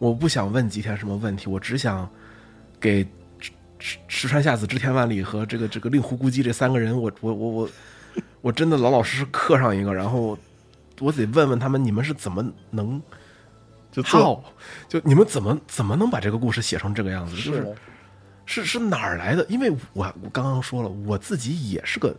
S3: 我不想问吉田什么问题，我只想给石石石川夏子、织田万里和这个这个令狐孤寂这三个人，我我我我我真的老老实实刻上一个，然后我得问问他们，你们是怎么能。
S2: 就做
S3: 操！就你们怎么怎么能把这个故事写成这个样子？就是
S2: 的
S3: 是是哪儿来的？因为我我刚刚说了，我自己也是个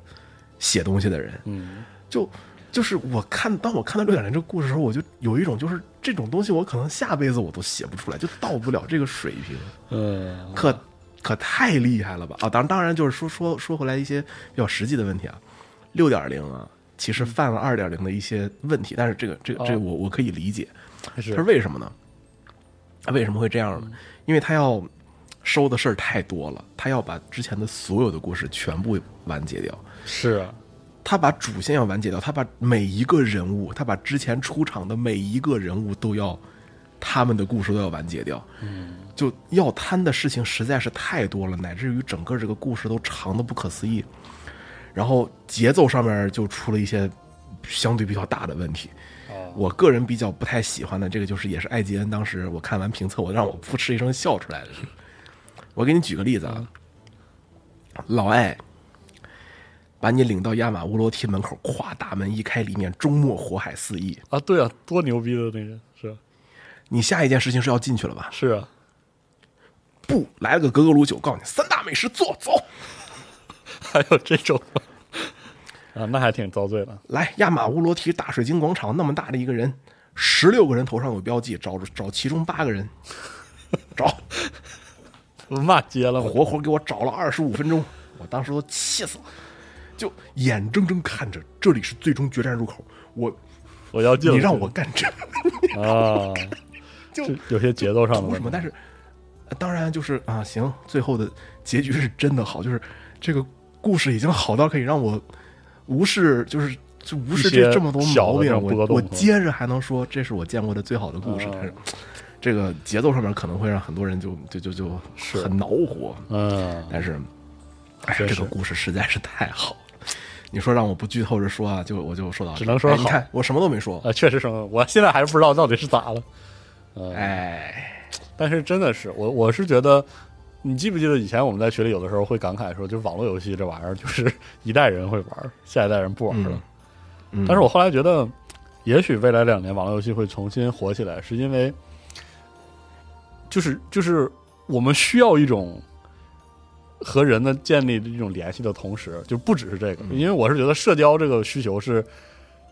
S3: 写东西的人，
S2: 嗯，
S3: 就就是我看当我看到六点零这个故事的时候，我就有一种就是这种东西我可能下辈子我都写不出来，就到不了这个水平。
S2: 嗯，
S3: 可可太厉害了吧！啊，当然当然，就是说说说回来一些比较实际的问题啊，六点零啊，其实犯了二点零的一些问题，但是这个这个这个
S2: 哦
S3: 我我可以理解，
S2: 是
S3: 它是为什么呢？它为什么会这样呢？因为他要收的事儿太多了，他要把之前的所有的故事全部完结掉。
S2: 是啊，
S3: 他把主线要完结掉，他把每一个人物，他把之前出场的每一个人物都要，他们的故事都要完结掉。嗯，就要贪的事情实在是太多了，乃至于整个这个故事都长的不可思议。然后节奏上面就出了一些相对比较大的问题。我个人比较不太喜欢的这个，就是也是艾吉恩当时我看完评测，我让我扑哧一声笑出来的。我给你举个例子啊，老艾把你领到亚马乌罗提门口，咵，大门一开，里面终末火海四溢。
S2: 啊，对啊，多牛逼的那个是啊
S3: 你下一件事情是要进去了吧？
S2: 是啊， [laughs]
S3: 不，来了个格格鲁酒，告诉你三大美食，坐走。
S2: 还有这种吗啊，那还挺遭罪的。
S3: 来亚马乌罗提大水晶广场那么大的一个人，十六个人头上有标记，找找其中八个人，找。
S2: 不骂街了吗？
S3: 活活给我找了二十五分钟，我当时都气死了，就眼睁睁看着这里是最终决战入口，我
S2: 我要进，
S3: 你让我干这，
S2: 啊，
S3: [laughs] 就
S2: 这有些节奏上的
S3: 图
S2: 问
S3: 什
S2: 题
S3: 么？但是呃当然就是啊，行，最后的结局是真的好，就是这个故事已经好到可以让我无视，就是就无视
S2: 一些
S3: 这这么多
S2: 小的
S3: 毛
S2: 这
S3: 病，
S2: 种不
S3: 我
S2: 可动嗯
S3: 我
S2: 和
S3: 接着还能说这是我见过的最好的故事，但是这个节奏上面可能会让很多人就就就就很恼火，
S2: 嗯，
S3: 但是，哎呀，
S2: 确
S3: 这
S2: 实
S3: 个故事实在是太好了。你说让我不剧透着说啊，就我就说到这儿，
S2: 只能说
S3: 哎你
S2: 好
S3: 看我什么都没说。
S2: 啊，确实什么，我现在还是不知道到底是咋了。嗯
S3: 哎，
S2: 但是真的是我，我是觉得，你记不记得以前我们在学里有的时候会感慨说，就网络游戏这玩意儿，就是一代人会玩，下一代人不玩了。
S3: 嗯
S2: 但是我后来觉得，也许未来两年网络游戏会重新火起来，是因为，就是就是我们需要一种和人的建立一种联系的同时，就不只是这个，因为我是觉得社交这个需求是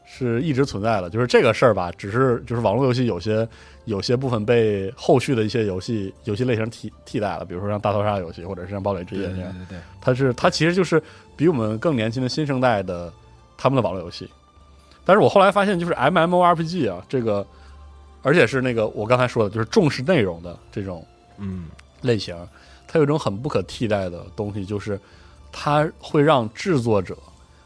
S2: 是一直存在的，就是这个事儿吧，只是就是网络游戏有些有些部分被后续的一些游戏游戏类型替替代了，比如说像大逃杀游戏，或者是像堡垒之
S3: 对
S2: 夜
S3: 对
S2: 这
S3: 对
S2: 样，
S3: 对对，
S2: 它是它其实就是比我们更年轻的新生代的他们的网络游戏。但是我后来发现，就是 MMORPG 啊，这个而且是那个我刚才说的，就是重视内容的这种
S3: 嗯，
S2: 类型，它有一种很不可替代的东西，就是它会让制作者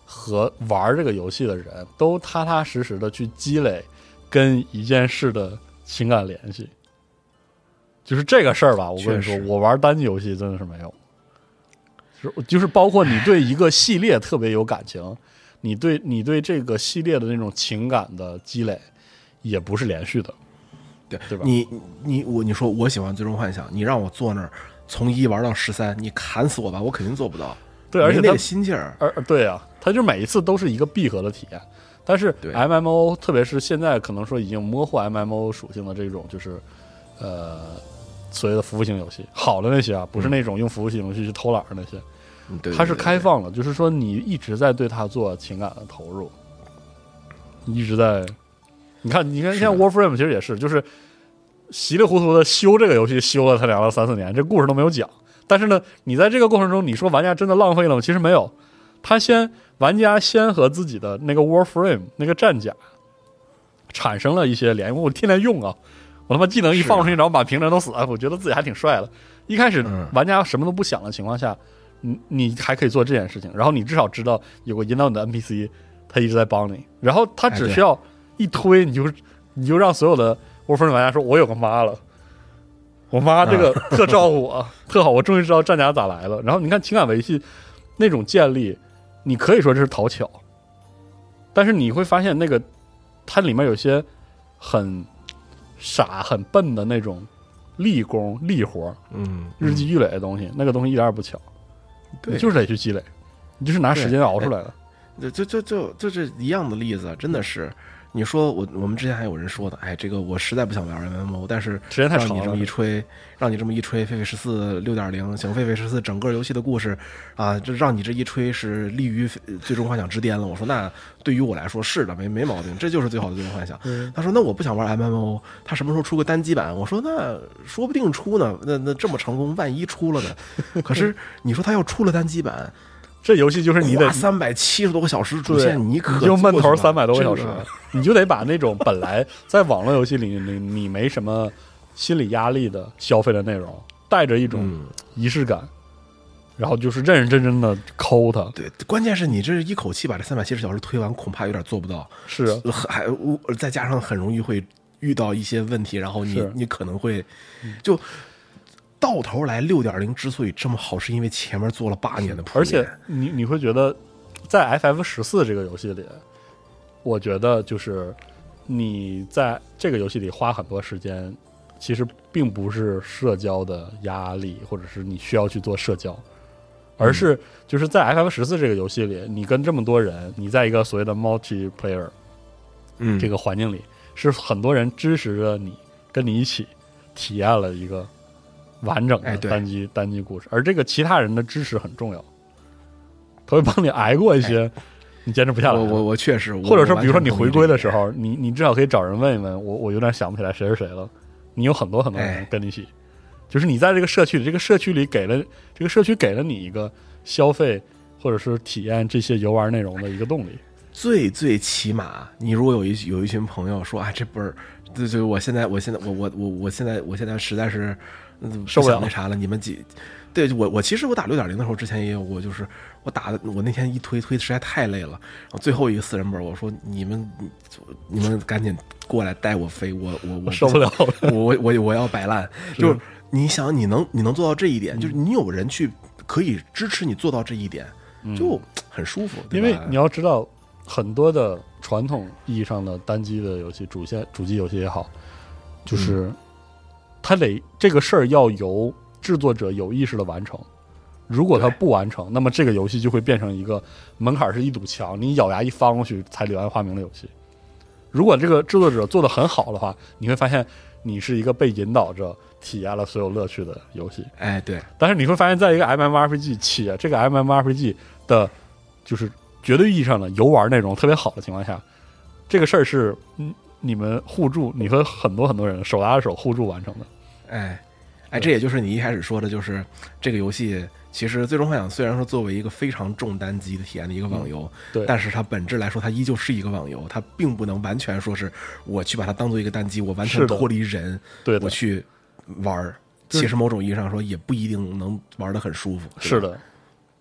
S2: 和玩这个游戏的人都踏踏实实的去积累跟一件事的情感联系。就是这个事儿吧，我跟你说
S3: 确，实
S2: 我玩单机游戏真的是没有，就是就是包括你对一个系列特别有感情，你对你对这个系列的那种情感的积累也不是连续的，
S3: 对，
S2: 对吧
S3: 你你我你说我喜欢《最终幻想》，你让我坐那儿从一玩到十三，你砍死我吧，我肯定做不到。
S2: 对，而且
S3: 没那
S2: 它
S3: 个心劲儿，
S2: 而对啊，它就每一次都是一个闭合的体验。但是
S3: 对
S2: MMO，特别是现在可能说已经模糊 MMO 属性的这种，就是呃所谓的服务型游戏，好的那些啊，不是那种用服务型游戏去偷懒儿那些，
S3: 嗯对，对
S2: 它是
S3: 对
S2: 开
S3: 对
S2: 放的，就是说你一直在对它做情感的投入，你一直在，你看，你看，
S3: 是的
S2: 像 Warframe 其实也是，就是稀里糊涂的修这个游戏，修了他娘了三四年，这故事都没有讲。但是呢，你在这个过程中，你说玩家真的浪费了吗？其实没有，他先玩家先和自己的那个 Warframe 那个战甲产生了一些联系，我天天用啊，我他妈技能一
S3: 是
S2: 放出去，然后满屏人都死，哎我觉得自己还挺帅的。一开始
S3: 嗯
S2: 玩家什么都不想的情况下，你你还可以做这件事情，然后你至少知道有个引导你的 NPC，他一直在帮你，然后他
S3: 哎
S2: 只
S3: 对
S2: 需要一推，你就你就让所有的 Warframe 玩家说，我有个妈了。我
S3: 啊
S2: 妈这个特照顾我， [laughs] 特好，我终于知道战甲咋来了。然后你看情感维系那种建立，你可以说这是讨巧，但是你会发现那个它里面有些很傻、很笨的那种力工、力活、
S3: 嗯，
S2: 日积月累的东西，那个东西一点也不巧，
S3: 对哎
S2: 你就是得去积累，你就是拿时间熬出来的。
S3: 就嗯就就就就这一样的例子，真的是。你说我我们之前还有人说的，哎，这个我实在不想玩 MMO，但是
S2: 时间太
S3: 让
S2: 长
S3: 你这么
S2: 了
S3: 一吹，让你这么一吹，狒狒十四六点零，行，狒狒十四整个游戏的故事啊，这让你这一吹是立于呃最终幻想之巅了。我说那对于我来说是的，没没毛病，这就是最好的最终幻想。他说那我不想玩 MMO，他什么时候出个单机版？我说那说不定出呢，那那这么成功，万一出了呢？ [laughs] 可是你说他要出了单机版，
S2: 这游戏就是 [laughs] 你得
S3: 三百七十多个小时主
S2: 对，
S3: 线，你可
S2: 就闷头
S3: 做出来
S2: 三百多个小时
S3: 这个，
S2: 你就得把那种本来在网络游戏里你你没什么心理压力的消费的内容，带着一种
S3: 嗯
S2: 仪式感，然后就是认认真真的抠它。
S3: 对，关键是你这一口气把这三百七十小时推完，恐怕有点做不到。
S2: 是啊，
S3: 还我再加上很容易会遇到一些问题，然后你
S2: 是嗯
S3: 你可能会就到头来六点零之所以这么好，是因为前面做了八年的铺垫，
S2: 而且你你会觉得，在 FF 十四这个游戏里，我觉得就是你在这个游戏里花很多时间，其实并不是社交的压力，或者是你需要去做社交，而
S3: 嗯
S2: 是就是在 FF 十四这个游戏里，你跟这么多人，你在一个所谓的 multiplayer
S3: 嗯，
S2: 这个环境里，是很多人支持着你，跟你一起体验了一个完整
S3: 哎
S2: 的
S3: 对
S2: 单机、单机故事，而这个其他人的支持很重要，他会帮你挨过一些你坚持不下来
S3: 我
S2: 的。
S3: 哎我我确实，我
S2: 或者说，
S3: 我完
S2: 比如说
S3: 全
S2: 你
S3: 同意
S2: 回
S3: 这
S2: 归的
S3: 一
S2: 时
S3: 点，
S2: 候，你你至少可以找人问一问我，我有点想不起来谁是谁了。你有很多很多人
S3: 哎
S2: 跟你一起，就是你在这个社区里，这个社区里给了这个社区给了你一个消费或者是体验这些游玩内容的一个动力。
S3: 最最起码，你如果有一有一群朋友说，哎，这不是，对对，我现在我现在我我我我现在我现在实在是嗯
S2: 受不了
S3: 想那啥了，你们几。对我，我其实我打六点零的时候，之前也有过，就是我打的，我那天一推推实在太累了，然后最后一个四人本，我说你们，你们赶紧过来带我飞，我我我
S2: 受不了了，
S3: 我我我我要摆烂，就是你想你能你能做到这一点，就是你有人去可以支持你做到这一点，就很舒服，对
S2: 因为
S3: 吧
S2: 你要知道，很多的传统意义上的单机的游戏，主线主机游戏也好，就是
S3: 嗯
S2: 它得这个事儿要由制作者有意识的完成。如果它
S3: 对
S2: 不完成，那么这个游戏就会变成一个门槛是一堵墙，你咬牙一翻过去才柳暗花明的游戏。如果这个制作者做的很好的话，你会发现你是一个被引导着体验了所有乐趣的游戏。
S3: 哎，对，
S2: 但是你会发现在一个 MMORPG 且啊这个 MMORPG 的，就是绝对意义上的游玩内容特别好的情况下，这个事儿是嗯你们互助，你和很多很多人手拉着手互助完成的。
S3: 哎，哎，这也就是你一开始说的，就是这个游戏其实《最终幻想》虽然说作为一个非常重单机的体验的一个网游，
S2: 嗯对
S3: 但是它本质来说，它依旧是一个网游，它并不能完全说是我去把它当做一个单机，我完全
S2: 是的
S3: 脱离人，
S2: 对的
S3: 我去玩儿。其实某种意义上说，也不一定能玩得很舒服。对吧
S2: 是，的，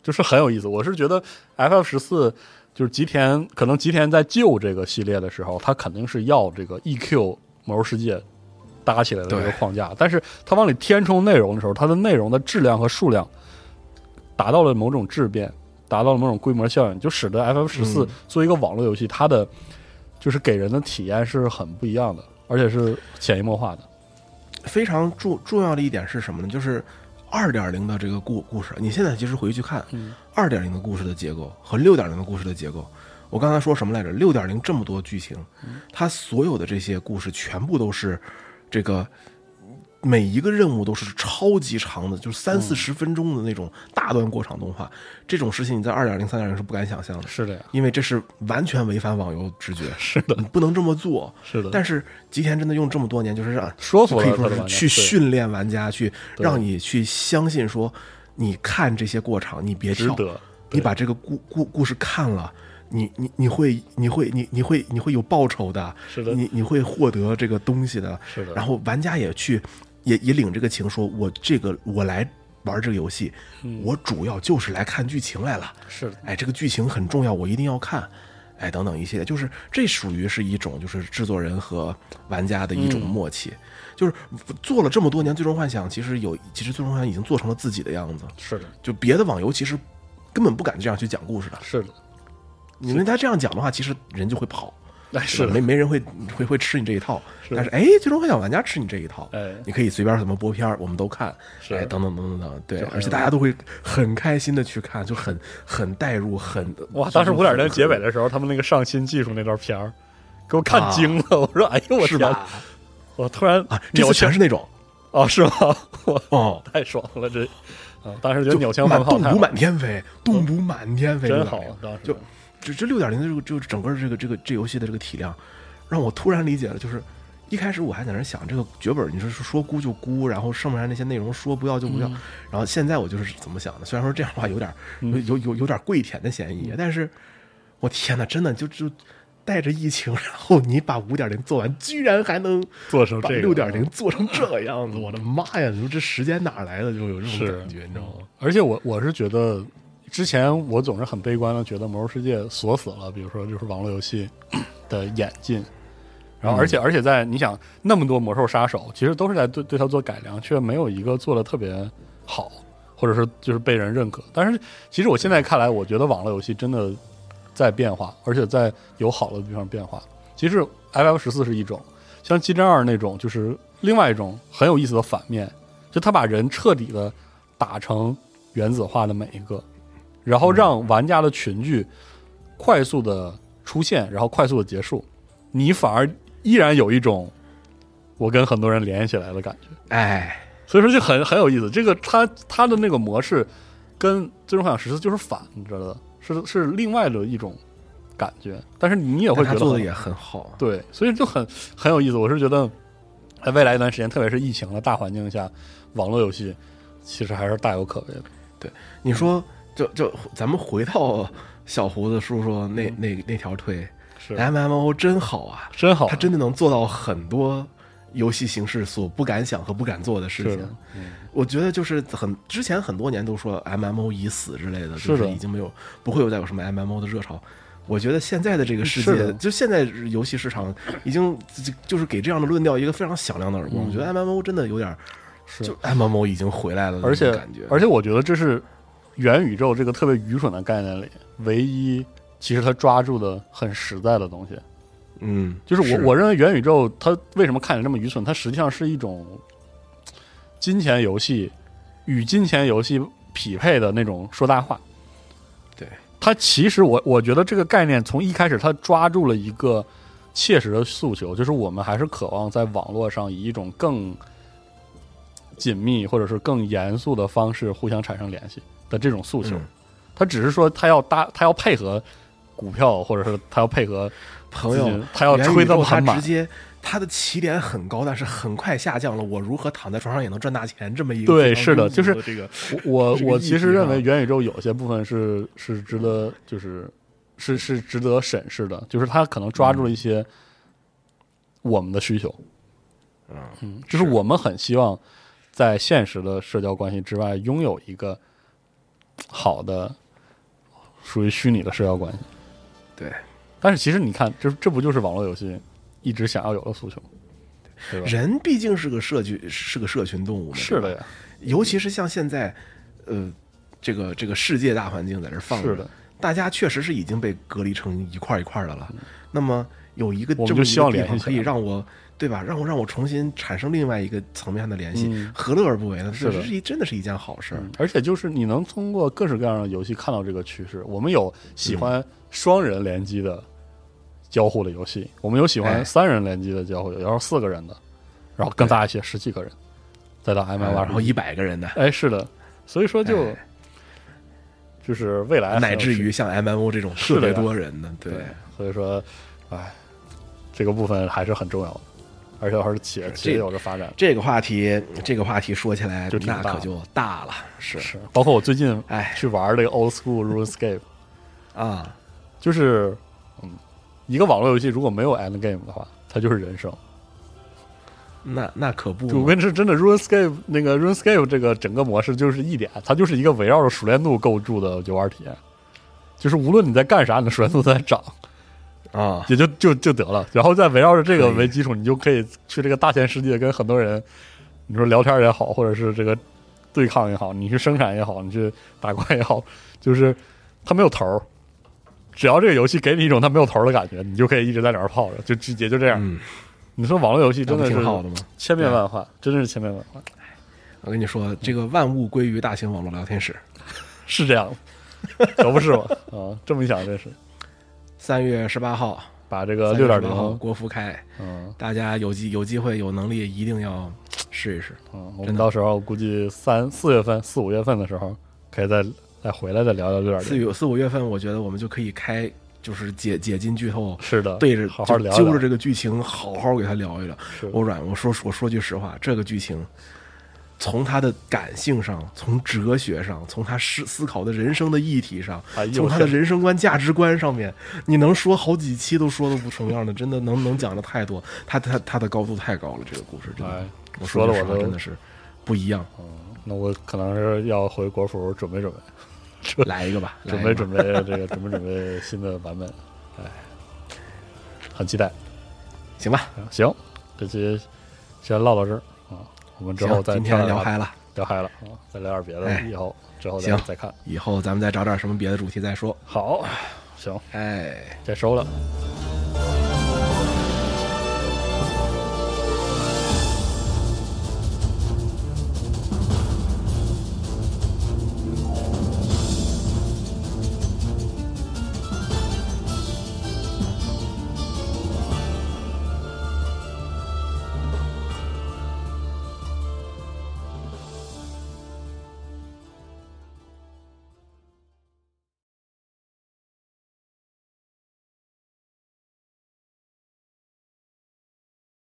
S2: 就是很有意思。我是觉得 FF 十四就是吉田，可能吉田在救这个系列的时候，他肯定是要这个 EQ 魔兽世界搭起来的这个
S3: 对
S2: 框架，但是他往里填充内容的时候，它的内容的质量和数量达到了某种质变，达到了某种规模效应，就使得 FF 十四
S3: 嗯
S2: 作为一个网络游戏，它的就是给人的体验是很不一样的，而且是潜移默化的。
S3: 非常重重要的一点是什么呢？就是二点零的这个故故事，你现在其实回去看
S2: 嗯
S3: 二点零的故事的结构和六点零的故事的结构。我刚才说什么来着？六点零这么多剧情，
S2: 嗯
S3: 它所有的这些故事全部都是这个每一个任务都是超级长的，就是三
S2: 嗯
S3: 四十分钟的那种大段过场动画。这种事情你在二点零、三点零是不敢想象的，
S2: 是的呀，
S3: 因为这是完全违反网游直觉，
S2: 是的，
S3: 你不能这么做。
S2: 是的。
S3: 但是吉田真的用这么多年，就是让
S2: 说服了
S3: 可以说
S2: 他的
S3: 是
S2: 玩家
S3: 去
S2: 对
S3: 训练玩家，去
S2: 对
S3: 让你去相信说，你看这些过场，你别
S2: 值
S3: 跳，
S2: 得
S3: 你把这个故故故事看了。你你你会你会你你会你会有报酬的，
S2: 是的
S3: 你你会获得这个东西的，
S2: 是的
S3: 然后玩家也去也也领这个情说，我这个我来玩这个游戏，
S2: 嗯
S3: 我主要就是来看剧情来了，
S2: 是的，
S3: 哎，这个剧情很重要，我一定要看，哎，等等一系列，就是这属于是一种就是制作人和玩家的一
S2: 嗯
S3: 种默契，就是做了这么多年《最终幻想》，其实有其实《最终幻想》已经做成了自己的样子，
S2: 是的，
S3: 就别的网游其实根本不敢这样去讲故事的，
S2: 是的。
S3: 因为他这样讲的话，其实人就会跑。
S2: 哎，
S3: 对
S2: 是
S3: 吧
S2: 的
S3: 没，没人会会会吃你这一套，
S2: 的
S3: 但是哎，最终幻想玩家吃你这一套，
S2: 哎
S3: 你可以随便怎么播片儿，我们都看，
S2: 是
S3: 哎，等等等等等，对，
S2: 就很
S3: 而且大家都会很开心的去看，就很很代入，很
S2: 哇！当时五点零结尾
S3: 了，
S2: 的时候，他们那个上新技术那段片儿，给我看惊了。我说：“哎呦，我
S3: 啊
S2: 天！”
S3: 是吧？
S2: 我突然
S3: 啊，这
S2: 鸟
S3: 次
S2: 枪
S3: 全是那种
S2: 哦，是吗？ [laughs] 我
S3: 哦，
S2: 太爽了，这啊！当时觉得
S3: 就
S2: 鸟枪
S3: 满
S2: 换炮
S3: 动
S2: 太
S3: 捕
S2: 好了
S3: 满天飞，动捕满天飞，
S2: 真
S3: 6.0
S2: 好啊，当时
S3: 就就这六点零的这个就整个这个这个这游戏的这个体量，让我突然理解了，就是一开始我还在那儿想这个绝本，你说说估就估，然后剩下那些内容说不要就不要，然后现在我就是怎么想的，虽然说这样的话有点有有有有点跪舔的嫌疑，但是我天哪，真的就就。带着疫情，然后你把五点零做完，居然还能
S2: 做成
S3: 把
S2: 这个
S3: 六点零做成这样啊 [laughs] 子，我的妈呀！你说这时间哪来的？就有这种
S2: 是
S3: 感觉，你知道吗？
S2: 而且我我是觉得，之前我总是很 [clears throat] 悲观的，觉得《魔兽世界》锁死了，比如说就是网络游戏的演进，然后而且而且在你想那么多魔兽杀手，其实都是在对对它做改良，却没有一个做的特别好，或者是就是被人认可。但是其实我现在看来，我觉得网络游戏真的在变化，而且在有好的地方变化。其实 FF 十四是一种，像七战二那种就是另外一种很有意思的反面，就他把人彻底的打成原子化的每一个，然后
S3: 嗯
S2: 让玩家的群聚快速的出现，然后快速的结束，你反而依然有一种我跟很多人联系起来的感觉。
S3: 哎，
S2: 所以说就很很有意思。这个它它的那个模式跟《最终幻想十四》就是反着的，是是另外的一种感觉。但是你也
S3: 我
S2: 会觉
S3: 他
S2: 得
S3: 做的
S2: 很
S3: 也很好，啊
S2: 对，所以就很很有意思。我是觉得，在未来一段时间，特别是疫情的大环境下，网络游戏其实还是大有可为的。
S3: 你说，就就咱们回到小胡子叔叔那那那条推
S2: 是，
S3: ，M M O 真好啊，
S2: 真好，
S3: 哎他真的能做到很多游戏形式所不敢想和不敢做的事
S2: 是
S3: 情
S2: 的。嗯
S3: 我觉得就是很之前很多年都说 M M O 已死之类的，就是是
S2: 的
S3: 已经没有不会有再有什么 M M O 的热潮。我觉得现在的这个
S2: 嗯
S3: 世
S2: 是
S3: 界
S2: 的，
S3: 就现在游戏市场已经就就是给这样的论调一个非常响亮的耳
S2: 嗯
S3: 光。我觉得 M M O 真的有点儿，
S2: 是
S3: 就 M M O 已经回来了的
S2: 而
S3: 那种
S2: 且
S3: 嗯感觉，
S2: 而且我觉得这是元宇宙这个特别愚蠢的概念里唯一，其实它抓住的很实在的东西。
S3: 嗯，
S2: 就是我我认为元宇宙它为什么看起来这么愚蠢，它实际上是一种金钱游戏与金钱游戏匹配的那种说大话。
S3: 对，
S2: 它其实我我觉得这个概念从一开始它抓住了一个切实的诉求，就是我们还是渴望在网络上以一种更紧密或者是更严肃的方式互相产生联系的这种诉求。
S3: 嗯
S2: 它只是说它要搭，它要配合股票，或者是它要配合
S3: 朋友
S2: 资金，它要
S3: 元宇
S2: 吹
S3: 宙
S2: 得
S3: 它
S2: 很满
S3: 直。接它的起点很高，但是很快下降了。我如何躺在床上也能赚大钱？这么一个
S2: 对
S3: 非常
S2: 是的
S3: 庸俗
S2: 就是
S3: 这个
S2: 我
S3: 这个
S2: 我
S3: 议
S2: 其
S3: 题
S2: 实认
S3: 上
S2: 为元宇宙有些部分是是值得，就是是是值得审视的，就是它可能抓住了一些我们的需求。嗯，就是我们很希望在现实的社交关系之外拥有一个好的属于虚拟的社交关系。
S3: 对。
S2: 但是其实你看，这这不就是网络游戏一直想要有的诉求吗？对吧？
S3: 人毕竟是个社群，是个社群动物嘛。
S2: 是
S3: 对
S2: 的
S3: 吧，
S2: 呀，
S3: 尤其是像现在，呃，这个这个世界大环境在这儿放着，
S2: 是的
S3: 大家确实是已经被隔离成一块儿一块儿的了。那么有一个
S2: 嗯我们
S3: 这
S2: 就
S3: 么一
S2: 希望
S3: 个地
S2: 联
S3: 方
S2: 系
S3: 可
S2: 起
S3: 以
S2: 来
S3: 让我，对吧？让我让我重新产生另外一个层面上的联系，
S2: 嗯
S3: 何乐而不为呢？
S2: 是的嗯
S3: 这是一真的是一件好事儿。啊
S2: 而且就是你能通过各式各样的游戏看到这个趋势。我们有
S3: 嗯
S2: 喜欢双人联机的交互的游戏，我们有喜
S3: 哎
S2: 欢三人联机的交互游戏，然后四个人的，然后更大一些，十几个人，再到 M L
S3: 哎然后
S2: 上。
S3: 一百个人呢，
S2: 哎，是的，所以说就
S3: 哎
S2: 就是未来很有
S3: 乃至于
S2: 趣
S3: 像 M M O 这种
S2: 哎是的
S3: 特别
S2: 呀
S3: 多人的，对
S2: 对，所以说，哎，这个部分还是很重要的，而且还是且
S3: 这
S2: 且有着发展。
S3: 这个话题，这个话题说起来
S2: 就挺
S3: 那
S2: 大
S3: 可就大了，是
S2: 是，包括我最近
S3: 哎
S2: 去玩这个 Old School RuneScape，
S3: 啊，
S2: 就是，嗯，一个网络游戏如果没有 end game 的话，它就是人生。
S3: 那那可不
S2: 我
S3: 嘛
S2: 跟你说，真的，RuneScape 那个 RuneScape 这个整个模式就是一点，它就是一个围绕着熟练度构筑的游玩体验，就是无论你在干啥，你的熟练度在涨，
S3: 啊，
S2: 也就就就得了。然后再围绕着这个
S3: 可以
S2: 为基础，你就可以去这个大千世界跟很多人，你说聊天也好，或者是这个对抗也好，你去生产也好，你去打怪也好，就是它没有头儿。只要这个游戏给你一种它没有头儿的感觉，你就可以一直在里面泡着，就就也就这样。
S3: 嗯，
S2: 你说网络游戏
S3: 那
S2: 真
S3: 不
S2: 的是
S3: 挺好的吗？啊
S2: 千变万化，真的是千变万化，
S3: 我跟你说，这个万物归于大型网络聊天室。
S2: 是这样的，可不是吗？啊，这么一想，真是
S3: 三月十八号，
S2: 把这个
S3: 3
S2: 呃六
S3: 月
S2: 点
S3: 18号
S2: 零，
S3: 国服开，
S2: 嗯
S3: 大家有机有机会有能力一定要试一试。
S2: 嗯，我们到时候估计三四月份、四五月份的时候，可以再再回来再聊聊六点
S3: 四
S2: 零。
S3: 月四五月份，我觉得我们就可以开，就是解解禁剧透，
S2: 是的，
S3: 对着
S2: 好好
S3: 就
S2: 聊
S3: 揪着
S2: 聊。
S3: 这个剧情，好好给他聊一聊。
S2: 是
S3: 我软，我说我说句实话，这个剧情从他的感性上，从哲学上，从他思思考的人生的议题上
S2: 哎，呦
S3: 从他的
S2: 是
S3: 人生观、价值观上面，你能说好几期都说的不重样的，真的能能讲的太多。他他他的高度太高了，这个故事真的
S2: 哎，
S3: 我
S2: 说的
S3: 句实
S2: 我
S3: 话
S2: 都
S3: 真的是不一样。
S2: 那我可能是要回国服准备准 [laughs] 备，
S3: 来一个吧，
S2: 准
S3: 来
S2: 备
S3: 一个吧
S2: 准备这个准备准备新的版本，哎，很期待。
S3: 行吧，
S2: 行，这期先唠到这儿啊，我们之后
S3: 行
S2: 再
S3: 今天聊
S2: 跳
S3: 嗨了，
S2: 聊嗨了啊，再聊点别
S3: 哎
S2: 的，以后之后再
S3: 行
S2: 再看。
S3: 以后咱们再找点什么别的主题再说。
S2: 好，行，
S3: 哎，
S2: 该收了，